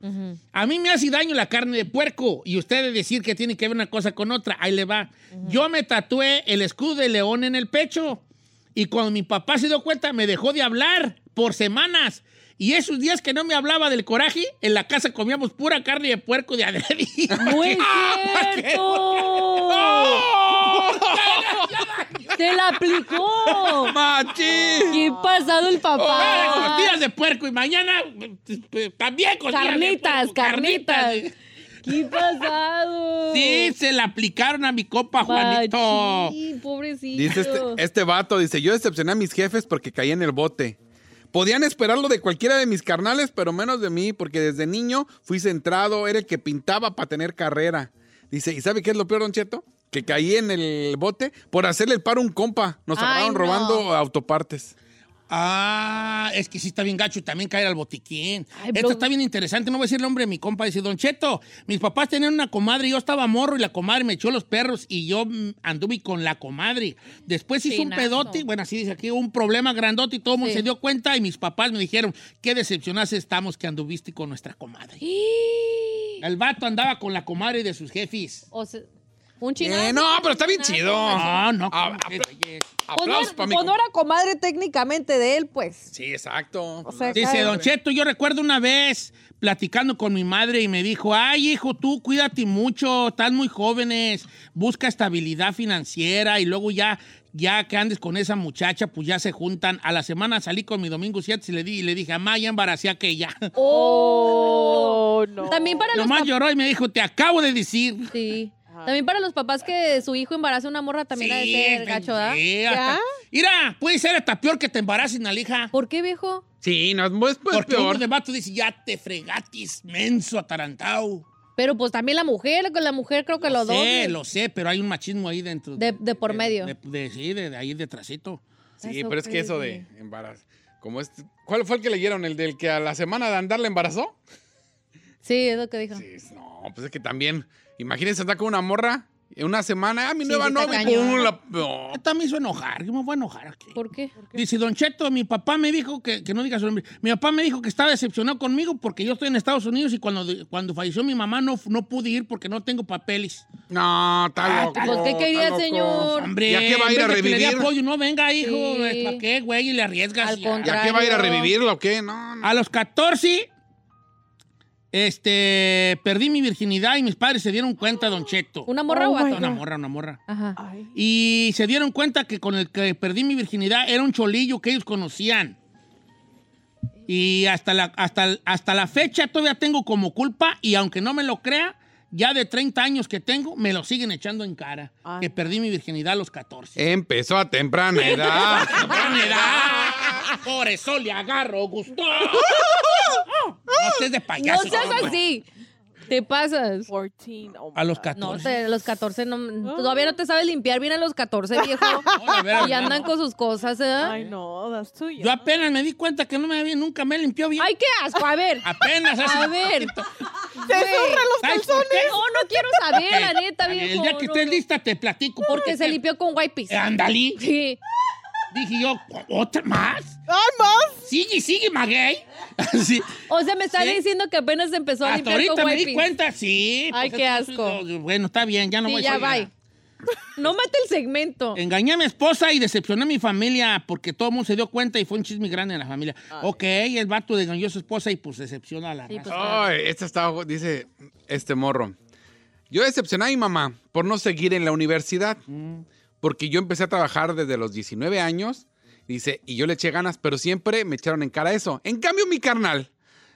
Speaker 1: A mí me hace daño la carne de puerco y ustedes decir que tiene que ver una cosa con otra. Ahí le va. Yo me tatué el escudo de león en el pecho y cuando mi papá se dio cuenta me dejó de hablar por semanas. Y esos días que no me hablaba del coraje, en la casa comíamos pura carne de puerco de adrede.
Speaker 2: ¡Muy
Speaker 1: ¡Ah, ¿para qué?
Speaker 2: cierto! ¡Te la aplicó!
Speaker 4: ¡Machín!
Speaker 2: ¡Qué pasado el
Speaker 1: Ahora
Speaker 2: papá!
Speaker 1: costillas de puerco y mañana eh, también costillas de
Speaker 2: Carnitas,
Speaker 1: puerco, carnitas.
Speaker 2: carnitas. ¡Qué pasado!
Speaker 1: Sí, se la aplicaron a mi copa, Juanito.
Speaker 2: Machín, pobrecito.
Speaker 4: Dice este, este vato, dice, yo decepcioné a mis jefes porque caí en el bote. Podían esperarlo de cualquiera de mis carnales, pero menos de mí, porque desde niño fui centrado, era el que pintaba para tener carrera. Dice, ¿y sabe qué es lo peor, Don Cheto? Que caí en el bote por hacerle el paro a un compa. Nos
Speaker 2: Ay,
Speaker 4: agarraron
Speaker 2: no.
Speaker 4: robando autopartes.
Speaker 1: Ah, es que sí está bien gacho y también caer al botiquín.
Speaker 2: Ay,
Speaker 1: Esto
Speaker 2: bro.
Speaker 1: está bien interesante. No voy a decir el nombre de mi compa. Dice, Don Cheto, mis papás tenían una comadre y yo estaba morro y la comadre me echó los perros y yo mm, anduve con la comadre. Después hizo un
Speaker 2: Pinazo.
Speaker 1: pedote, bueno, así dice aquí, un problema grandote y todo el mundo
Speaker 2: Sí.
Speaker 1: se dio cuenta y mis papás me dijeron, qué decepcionados estamos que anduviste con nuestra comadre. El vato andaba con la comadre de sus jefes.
Speaker 2: O sea, un chino.
Speaker 4: Eh, no, pero está bien chido.
Speaker 1: No, no,
Speaker 4: Ah,
Speaker 1: ¿cómo
Speaker 4: ah,
Speaker 1: crees, güey?
Speaker 4: Aplausos para mi compa.
Speaker 3: era comadre técnicamente de él, pues.
Speaker 4: Sí, exacto.
Speaker 3: sea,
Speaker 1: Dice Don Cheto, yo recuerdo una vez platicando con mi madre y me dijo, ay hijo, tú cuídate mucho, estás muy jóvenes, busca estabilidad financiera y luego ya, ya que andes con esa muchacha, pues ya se juntan. A la semana salí con mi domingo 7 y le, di, y le dije, mamá, ya embaracé a aquella.
Speaker 3: Oh, no.
Speaker 2: También para los
Speaker 1: Nomás
Speaker 2: papás.
Speaker 1: lloró y me dijo, te acabo de decir.
Speaker 2: Sí. También para los papás que su hijo embaraza una morra también ha de ser gacho, ¿verdad?
Speaker 1: sí, hasta- Mira, puede ser hasta peor que te embaracen a la hija.
Speaker 2: ¿Por qué, viejo?
Speaker 4: Sí, no, pues, pues
Speaker 1: Porque uno
Speaker 4: peor.
Speaker 1: de vato dice, ya te fregatis, menso, atarantao.
Speaker 2: Pero pues también la mujer, con la mujer creo que
Speaker 1: Lo
Speaker 2: los dos.
Speaker 1: sé, lo sé, pero hay un machismo ahí dentro.
Speaker 2: De- de por medio.
Speaker 1: De, de- sí, de, de ahí detrásito.
Speaker 4: Sí,
Speaker 2: That's
Speaker 4: pero es
Speaker 2: so
Speaker 4: que eso de
Speaker 2: crazy.
Speaker 4: embarazo. Como este, ¿Cuál fue el que leyeron? ¿El del que a la semana de andar le embarazó?
Speaker 2: Sí, es lo que dijo.
Speaker 4: Sí, es- no, pues es que también, imagínense andar con una morra en una semana, ah, mi
Speaker 2: Sí,
Speaker 4: nueva
Speaker 2: sí, está
Speaker 4: novia, y
Speaker 2: cañón.
Speaker 4: pum, la- no.
Speaker 1: Esta me hizo enojar, yo me voy a enojar aquí.
Speaker 2: ¿Por qué?
Speaker 1: Dice, Don Cheto, mi papá me dijo que, que no diga su nombre. Mi papá me dijo que estaba decepcionado conmigo porque yo estoy en Estados Unidos y cuando, de- cuando falleció mi mamá no, no pude ir porque no tengo papeles.
Speaker 4: No, está loco.
Speaker 2: pues, ¿qué
Speaker 4: está
Speaker 2: quería,
Speaker 4: loco.
Speaker 2: señor?
Speaker 1: Hombre,
Speaker 4: ¿Ya qué va a ir
Speaker 1: en
Speaker 4: a
Speaker 1: vez de Que le dé
Speaker 4: revivir?
Speaker 1: apoyo, no venga, hijo.
Speaker 2: Sí.
Speaker 1: ¿Para qué, güey? Y le arriesgas.
Speaker 2: Al
Speaker 1: ya.
Speaker 2: contrario.
Speaker 4: ¿Ya qué va a ir a revivirlo o qué? No, no.
Speaker 1: A los 14, este, perdí mi virginidad y mis padres se dieron cuenta, Don Cheto.
Speaker 2: ¿Una morra
Speaker 3: Oh
Speaker 2: o
Speaker 3: my
Speaker 2: vato?
Speaker 1: una morra, una morra.
Speaker 2: Ajá.
Speaker 4: Ah,
Speaker 3: Ay.
Speaker 1: Y se dieron cuenta que con el que perdí mi virginidad era un cholillo que ellos conocían. Y hasta la, hasta, hasta la fecha todavía tengo como culpa y aunque no me lo crea, ya de 30 años que tengo, me lo siguen echando en cara.
Speaker 2: Ah.
Speaker 1: Que perdí mi virginidad a los 14.
Speaker 4: Eh. Empezó a temprana edad.
Speaker 1: Por eso le agarro gusto. No estés de
Speaker 2: No
Speaker 1: payaso.
Speaker 2: seas
Speaker 4: pues.
Speaker 2: así. Te pasas.
Speaker 3: 14. oh my
Speaker 1: A los
Speaker 3: God.
Speaker 1: 14.
Speaker 2: No, te- a los 14 no,
Speaker 3: Oh.
Speaker 2: todavía no te sabes limpiar bien a los 14, viejo.
Speaker 1: la verdad,
Speaker 2: y andan con sus cosas, ¿eh?
Speaker 3: I know, that's too
Speaker 1: Yo
Speaker 3: young.
Speaker 1: apenas me di cuenta que no me había, nunca me limpió bien.
Speaker 2: Ay, qué asco. A ver.
Speaker 1: Apenas hace
Speaker 2: A ver.
Speaker 3: ¡Te zurra los
Speaker 1: ¿Sabes por qué?
Speaker 2: No, no quiero saber, la neta,
Speaker 1: El
Speaker 2: viejo.
Speaker 1: día que
Speaker 2: no,
Speaker 1: estés
Speaker 2: no.
Speaker 1: lista te platico.
Speaker 2: Porque se limpió con wipes.
Speaker 1: Eh, Andalí.
Speaker 2: Sí.
Speaker 1: Dije yo, ¿otra más?
Speaker 3: ¡Ay, más!
Speaker 1: Sigue, sigue, maguey. Así.
Speaker 2: O sea, me está
Speaker 1: Sí.
Speaker 2: diciendo que apenas empezó a
Speaker 1: Hasta
Speaker 2: limpiar
Speaker 1: ahorita
Speaker 2: con
Speaker 1: me
Speaker 2: wipes.
Speaker 1: di cuenta, sí.
Speaker 2: Ay,
Speaker 1: pues,
Speaker 2: qué
Speaker 1: entonces,
Speaker 2: asco.
Speaker 1: no, Bueno, está bien, ya no
Speaker 2: Sí,
Speaker 1: voy a
Speaker 2: ya
Speaker 1: soy-
Speaker 2: va. No mate el segmento.
Speaker 1: Engañé a mi esposa y decepcioné a mi familia porque todo el mundo se dio cuenta y fue un chisme grande en la familia. Ok, el vato engañó a su esposa y pues decepciona a la
Speaker 2: Sí,
Speaker 1: raza.
Speaker 2: pues,
Speaker 4: Ay, esta está, dice este morro. Yo decepcioné a mi mamá por no seguir en la universidad,
Speaker 2: Mm.
Speaker 4: porque yo empecé a trabajar desde los 19 años, dice, y yo le eché ganas, pero siempre me echaron en cara eso. En cambio, mi carnal,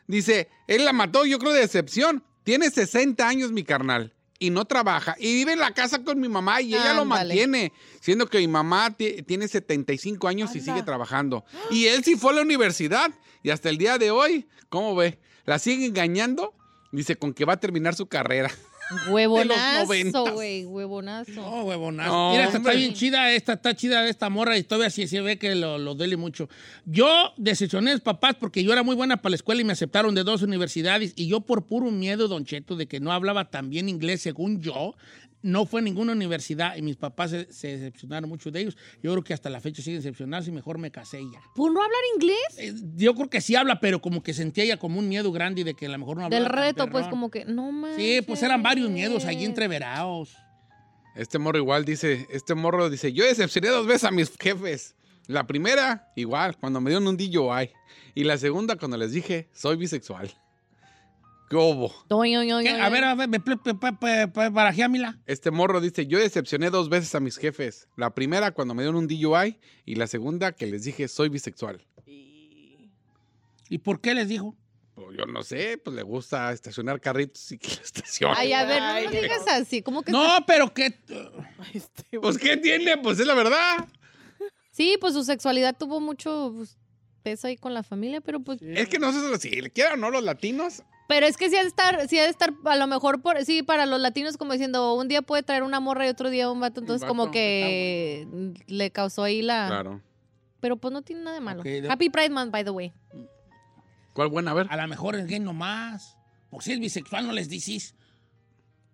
Speaker 4: dice, él la mató, yo creo, de decepción. Tiene 60 años mi carnal y no trabaja y vive en la casa con mi mamá y ella lo
Speaker 2: Ándale.
Speaker 4: mantiene, siendo que mi mamá ti- tiene 75 años y sigue trabajando. Y él sí fue a la universidad y hasta el día de hoy, ¿cómo ve? La sigue engañando, dice, con que va a terminar su carrera. noventas.
Speaker 2: Huevonazo, güey. Huevonazo.
Speaker 1: No, huevonazo.
Speaker 4: No,
Speaker 1: Mira, esta está
Speaker 4: hombre.
Speaker 1: bien chida, esta está chida de esta morra y todavía sí se ve que lo, lo duele mucho. Yo decepcioné a mis papás porque yo era muy buena para la escuela y me aceptaron de dos universidades y yo por puro miedo, don Cheto, de que no hablaba tan bien inglés según yo, no fue a ninguna universidad y mis papás se, se decepcionaron mucho de ellos. Yo creo que hasta la fecha siguen decepcionados y mejor me casé ya.
Speaker 2: ¿Por Pues, no hablar inglés?
Speaker 1: Eh, Yo creo que sí habla, pero como que sentía ella como un miedo grande y de que a lo mejor no hablaba
Speaker 2: Del
Speaker 1: tan
Speaker 2: reto, pues,
Speaker 1: perrón.
Speaker 2: como que no más.
Speaker 1: Sí, pues eran varios miedos allí entreverados.
Speaker 4: Este morro igual dice, este morro dice, yo decepcioné dos veces a mis jefes. La primera, igual, cuando me dieron un DUI. Y la segunda, cuando les dije, soy bisexual. ¿Qué hubo?
Speaker 1: ¿Qué? Eh, A ver, a ver, me, ple- pe- pe- pe- pe- barajé a Mila.
Speaker 4: Este morro dice, yo decepcioné dos veces a mis jefes. La primera cuando me dieron un DUI y la segunda que les dije soy bisexual.
Speaker 1: ¿Y por qué les dijo?
Speaker 4: Pues yo no sé, pues le gusta estacionar carritos y que lo estacione.
Speaker 2: Ay, a ver,
Speaker 3: Ay,
Speaker 2: no me digas así. Como que.
Speaker 1: No, pero que...
Speaker 3: Ay, este
Speaker 4: Pues ¿qué tiene? Pues es la verdad.
Speaker 2: Sí, pues su sexualidad tuvo mucho pues, peso ahí con la familia, pero pues.
Speaker 4: Es que no sé si le quieran o no los latinos.
Speaker 2: Pero es que sí ha de estar, sí ha de estar, a lo mejor, por, sí, para los latinos, como diciendo, un día puede traer una morra y otro día un vato, entonces como
Speaker 4: vato,
Speaker 2: que le causó ahí la...
Speaker 4: Claro.
Speaker 2: Pero pues no tiene nada de malo.
Speaker 1: Ok, de-
Speaker 2: Happy Pride Month, by the way.
Speaker 4: ¿Cuál buena? A ver.
Speaker 1: A lo mejor es gay nomás. Porque si es bisexual, no les decís.
Speaker 2: Pero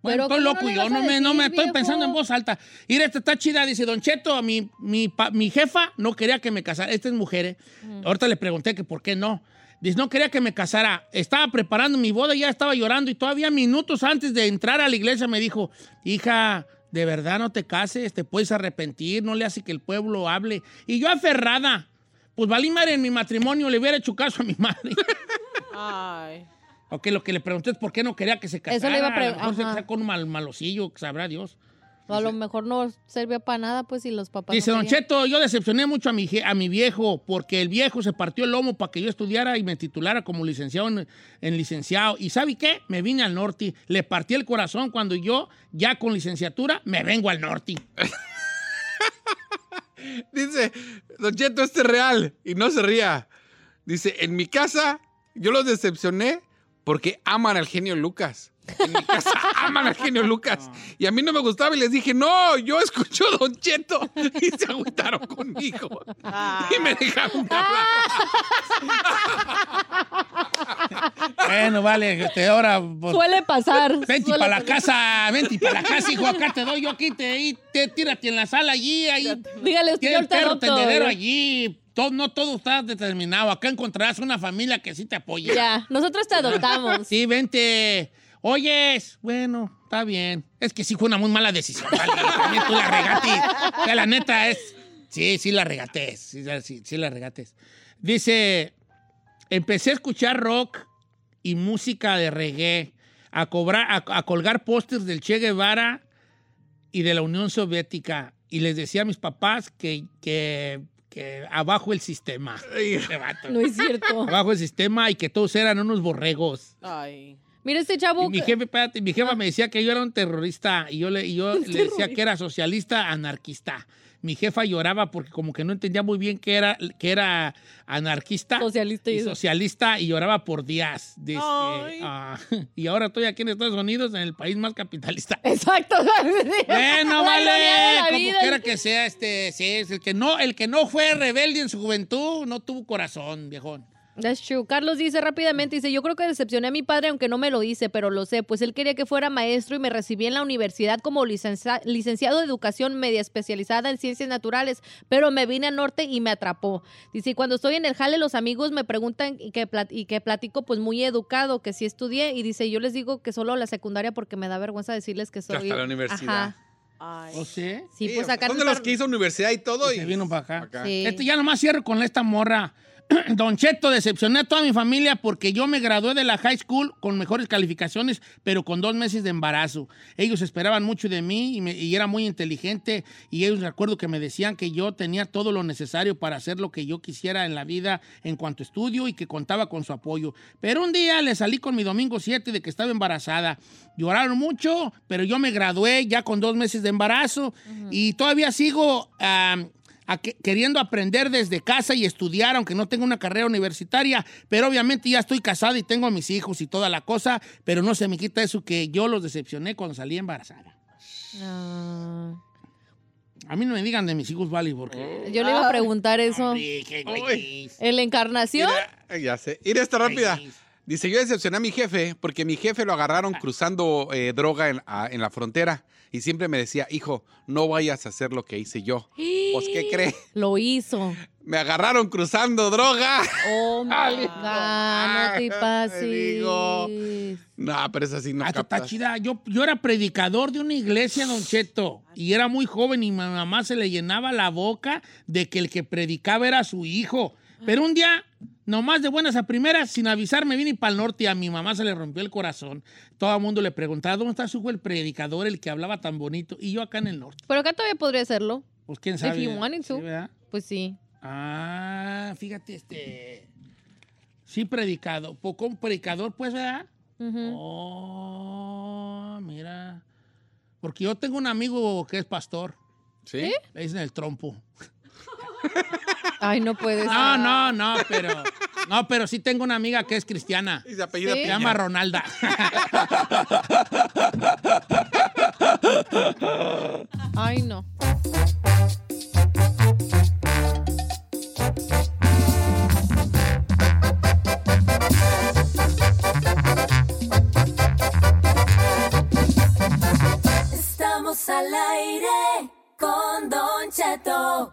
Speaker 1: Bueno, estoy
Speaker 2: ¿cómo
Speaker 1: loco
Speaker 2: no le
Speaker 1: yo,
Speaker 2: vas
Speaker 1: no
Speaker 2: a
Speaker 1: me, no me
Speaker 2: decir,
Speaker 1: estoy pensando en
Speaker 2: viejo?
Speaker 1: voz alta. Mira, esta está chida, dice Don Cheto, mi, mi, pa- mi jefa no quería que me casara. Esta es mujer, ¿eh?
Speaker 2: Mm.
Speaker 1: Ahorita le pregunté que por qué no. Dice, no quería que me casara. Estaba preparando mi boda, ya estaba llorando y todavía minutos antes de entrar a la iglesia me dijo, hija, de verdad no te cases, te puedes arrepentir, no le hace que el pueblo hable. Y yo aferrada, pues valí madre en mi matrimonio, le hubiera hecho caso a mi madre.
Speaker 3: Ay.
Speaker 1: Ok, lo que le pregunté es por qué no quería que se casara.
Speaker 2: Eso le iba a preguntar,
Speaker 1: lo mejor se
Speaker 2: ajá.
Speaker 1: casó con un mal, malosillo, sabrá Dios.
Speaker 2: O a lo mejor no servía para nada, pues, si los papás...
Speaker 1: Dice,
Speaker 2: no
Speaker 1: Don
Speaker 2: querían".
Speaker 1: Cheto, yo decepcioné mucho a mi, je- a mi viejo porque el viejo se partió el lomo para que yo estudiara y me titulara como licenciado en, en licenciado. ¿Y sabe qué? Me vine al norte. Le partí el corazón cuando yo, ya con licenciatura, me vengo al norte.
Speaker 4: Dice, Don Cheto, este es real y no se ría. Dice, en mi casa yo los decepcioné porque aman al genio Lucas. En mi casa aman al genio Lucas. Y a mí no me gustaba y les dije, no, yo escucho a Don Cheto. Y se agüitaron conmigo. Y me dejaron de hablar.
Speaker 2: Ah.
Speaker 1: bueno, vale, este, ahora... pues,
Speaker 2: Suele pasar.
Speaker 1: Vente
Speaker 2: suele
Speaker 1: para la
Speaker 2: pasar.
Speaker 1: casa, vente para la casa, hijo, acá te doy yo aquí, te, ahí, te- tírate en la sala allí, ahí.
Speaker 2: Dígale usted,
Speaker 1: Tiene
Speaker 2: yo
Speaker 1: el
Speaker 2: te
Speaker 1: perro
Speaker 2: adopto,
Speaker 1: tendedero
Speaker 2: ya.
Speaker 1: allí. Todo- no todo está determinado. Acá encontrarás una familia que sí te apoye.
Speaker 2: Ya, nosotros te adoptamos.
Speaker 1: Sí, vente. Oyes, bueno, está bien. Es que sí fue una muy mala decisión. vale, También tú la regates. O sea, la neta es. Sí, sí la regates. Sí, la- sí, sí la regates. Dice: Empecé a escuchar rock y música de reggae, a, cobrar, a, a colgar pósters del Che Guevara y de la Unión Soviética. Y les decía a mis papás que, que, que abajo el sistema. Este vato.
Speaker 2: No es cierto.
Speaker 1: Abajo el sistema y que todos eran unos borregos.
Speaker 3: Ay.
Speaker 2: Mira este chavo.
Speaker 1: Y mi jefe, espérate, mi jefa me decía que yo era un terrorista y yo le, y yo le decía que era socialista anarquista. Mi jefa lloraba porque como que no entendía muy bien que era, que era anarquista
Speaker 2: Socialista y
Speaker 1: y
Speaker 2: eso.
Speaker 1: socialista y lloraba por días. Dice,
Speaker 3: Ay.
Speaker 1: ah, y ahora estoy aquí en Estados Unidos, en el país más capitalista.
Speaker 2: Exacto.
Speaker 1: Bueno,
Speaker 2: La
Speaker 1: vale,
Speaker 2: ironía de la
Speaker 1: como
Speaker 2: vida.
Speaker 1: quiera que sea, este, sí, es el que no, el que no fue rebelde en su juventud, no tuvo corazón, viejón.
Speaker 2: That's true. Carlos dice rápidamente, dice, yo creo que decepcioné a mi padre, aunque no me lo dice, pero lo sé, pues él quería que fuera maestro y me recibí en la universidad como licencia- licenciado de educación media especializada en ciencias naturales, pero me vine al norte y me atrapó. Dice, "Y cuando estoy en el jale, los amigos me preguntan y que, plat- y que platico pues muy educado, que sí estudié, y dice, yo les digo que solo la secundaria porque me da vergüenza decirles que soy...
Speaker 4: hasta la universidad.
Speaker 2: Ajá.
Speaker 3: Ay.
Speaker 1: O sea,
Speaker 2: Sí, pues acá
Speaker 7: Son de
Speaker 2: no
Speaker 7: los
Speaker 2: está-
Speaker 7: que hizo universidad y todo.
Speaker 1: se
Speaker 7: Y,
Speaker 1: vino para acá.
Speaker 7: acá.
Speaker 2: Sí.
Speaker 1: Este, ya nomás cierro con esta morra. Don Cheto, decepcioné a toda mi familia porque yo me gradué de la high school con mejores calificaciones, pero con dos meses de embarazo. Ellos esperaban mucho de mí y, me- y era muy inteligente y ellos recuerdo que me decían que yo tenía todo lo necesario para hacer lo que yo quisiera en la vida en cuanto a estudio y que contaba con su apoyo. Pero un día le salí con mi domingo 7 de que estaba embarazada. Lloraron mucho, pero yo me gradué ya con dos meses de embarazo y todavía sigo... ah, a que- queriendo aprender desde casa y estudiar, aunque no tengo una carrera universitaria, pero obviamente ya estoy casada y tengo a mis hijos y toda la cosa, pero no se me quita eso que yo los decepcioné cuando salí embarazada.
Speaker 2: Ah,
Speaker 1: A mí no me digan de mis hijos, vale, porque...
Speaker 2: yo le iba a preguntar Oh. eso.
Speaker 1: Hombre, qué güeyes.
Speaker 2: ¿En la encarnación?
Speaker 7: Mira, ya sé. Mira esta rápida. Dice, yo decepcioné a mi jefe porque mi jefe lo agarraron
Speaker 1: Ah.
Speaker 7: cruzando eh, droga en, a- en la frontera y siempre me decía, hijo, no vayas a hacer lo que hice yo.
Speaker 2: ¡Ah!
Speaker 7: Pues, ¿qué cree?
Speaker 2: Lo hizo.
Speaker 7: Me agarraron cruzando droga.
Speaker 2: Oh, my God, no te pases.
Speaker 7: digo. No, pero es así, no
Speaker 1: Ah, esto está
Speaker 7: captas.
Speaker 1: chida. Yo, yo era predicador de una iglesia, Don Cheto, y era muy joven y mi mamá se le llenaba la boca de que el que predicaba era su hijo. Pero un día, nomás de buenas a primeras, sin avisar, me vine para el norte y a mi mamá se le rompió el corazón. Todo el mundo le preguntaba, ¿dónde está su hijo el predicador, el que hablaba tan bonito? Y yo acá en el norte.
Speaker 2: Pero acá todavía podría hacerlo.
Speaker 1: Pues quién
Speaker 2: If
Speaker 1: sabe.
Speaker 2: you wanted to.
Speaker 1: Sí, ¿verdad?
Speaker 2: Pues sí.
Speaker 1: Ah, fíjate, este... Sí, predicado. Poco un predicador, pues, ¿verdad?
Speaker 2: Ujú.
Speaker 1: Oh, mira. Porque yo tengo un amigo que es pastor.
Speaker 7: ¿Sí?
Speaker 1: Le dicen el trompo.
Speaker 2: Ay, no puede ser.
Speaker 1: No, no, no, pero. No, pero sí tengo una amiga que es cristiana.
Speaker 7: Y se apellida
Speaker 2: ¿Sí?
Speaker 1: Se
Speaker 7: Peña.
Speaker 1: llama Ronalda.
Speaker 2: Ay, no.
Speaker 6: Estamos al aire con Don Cheto.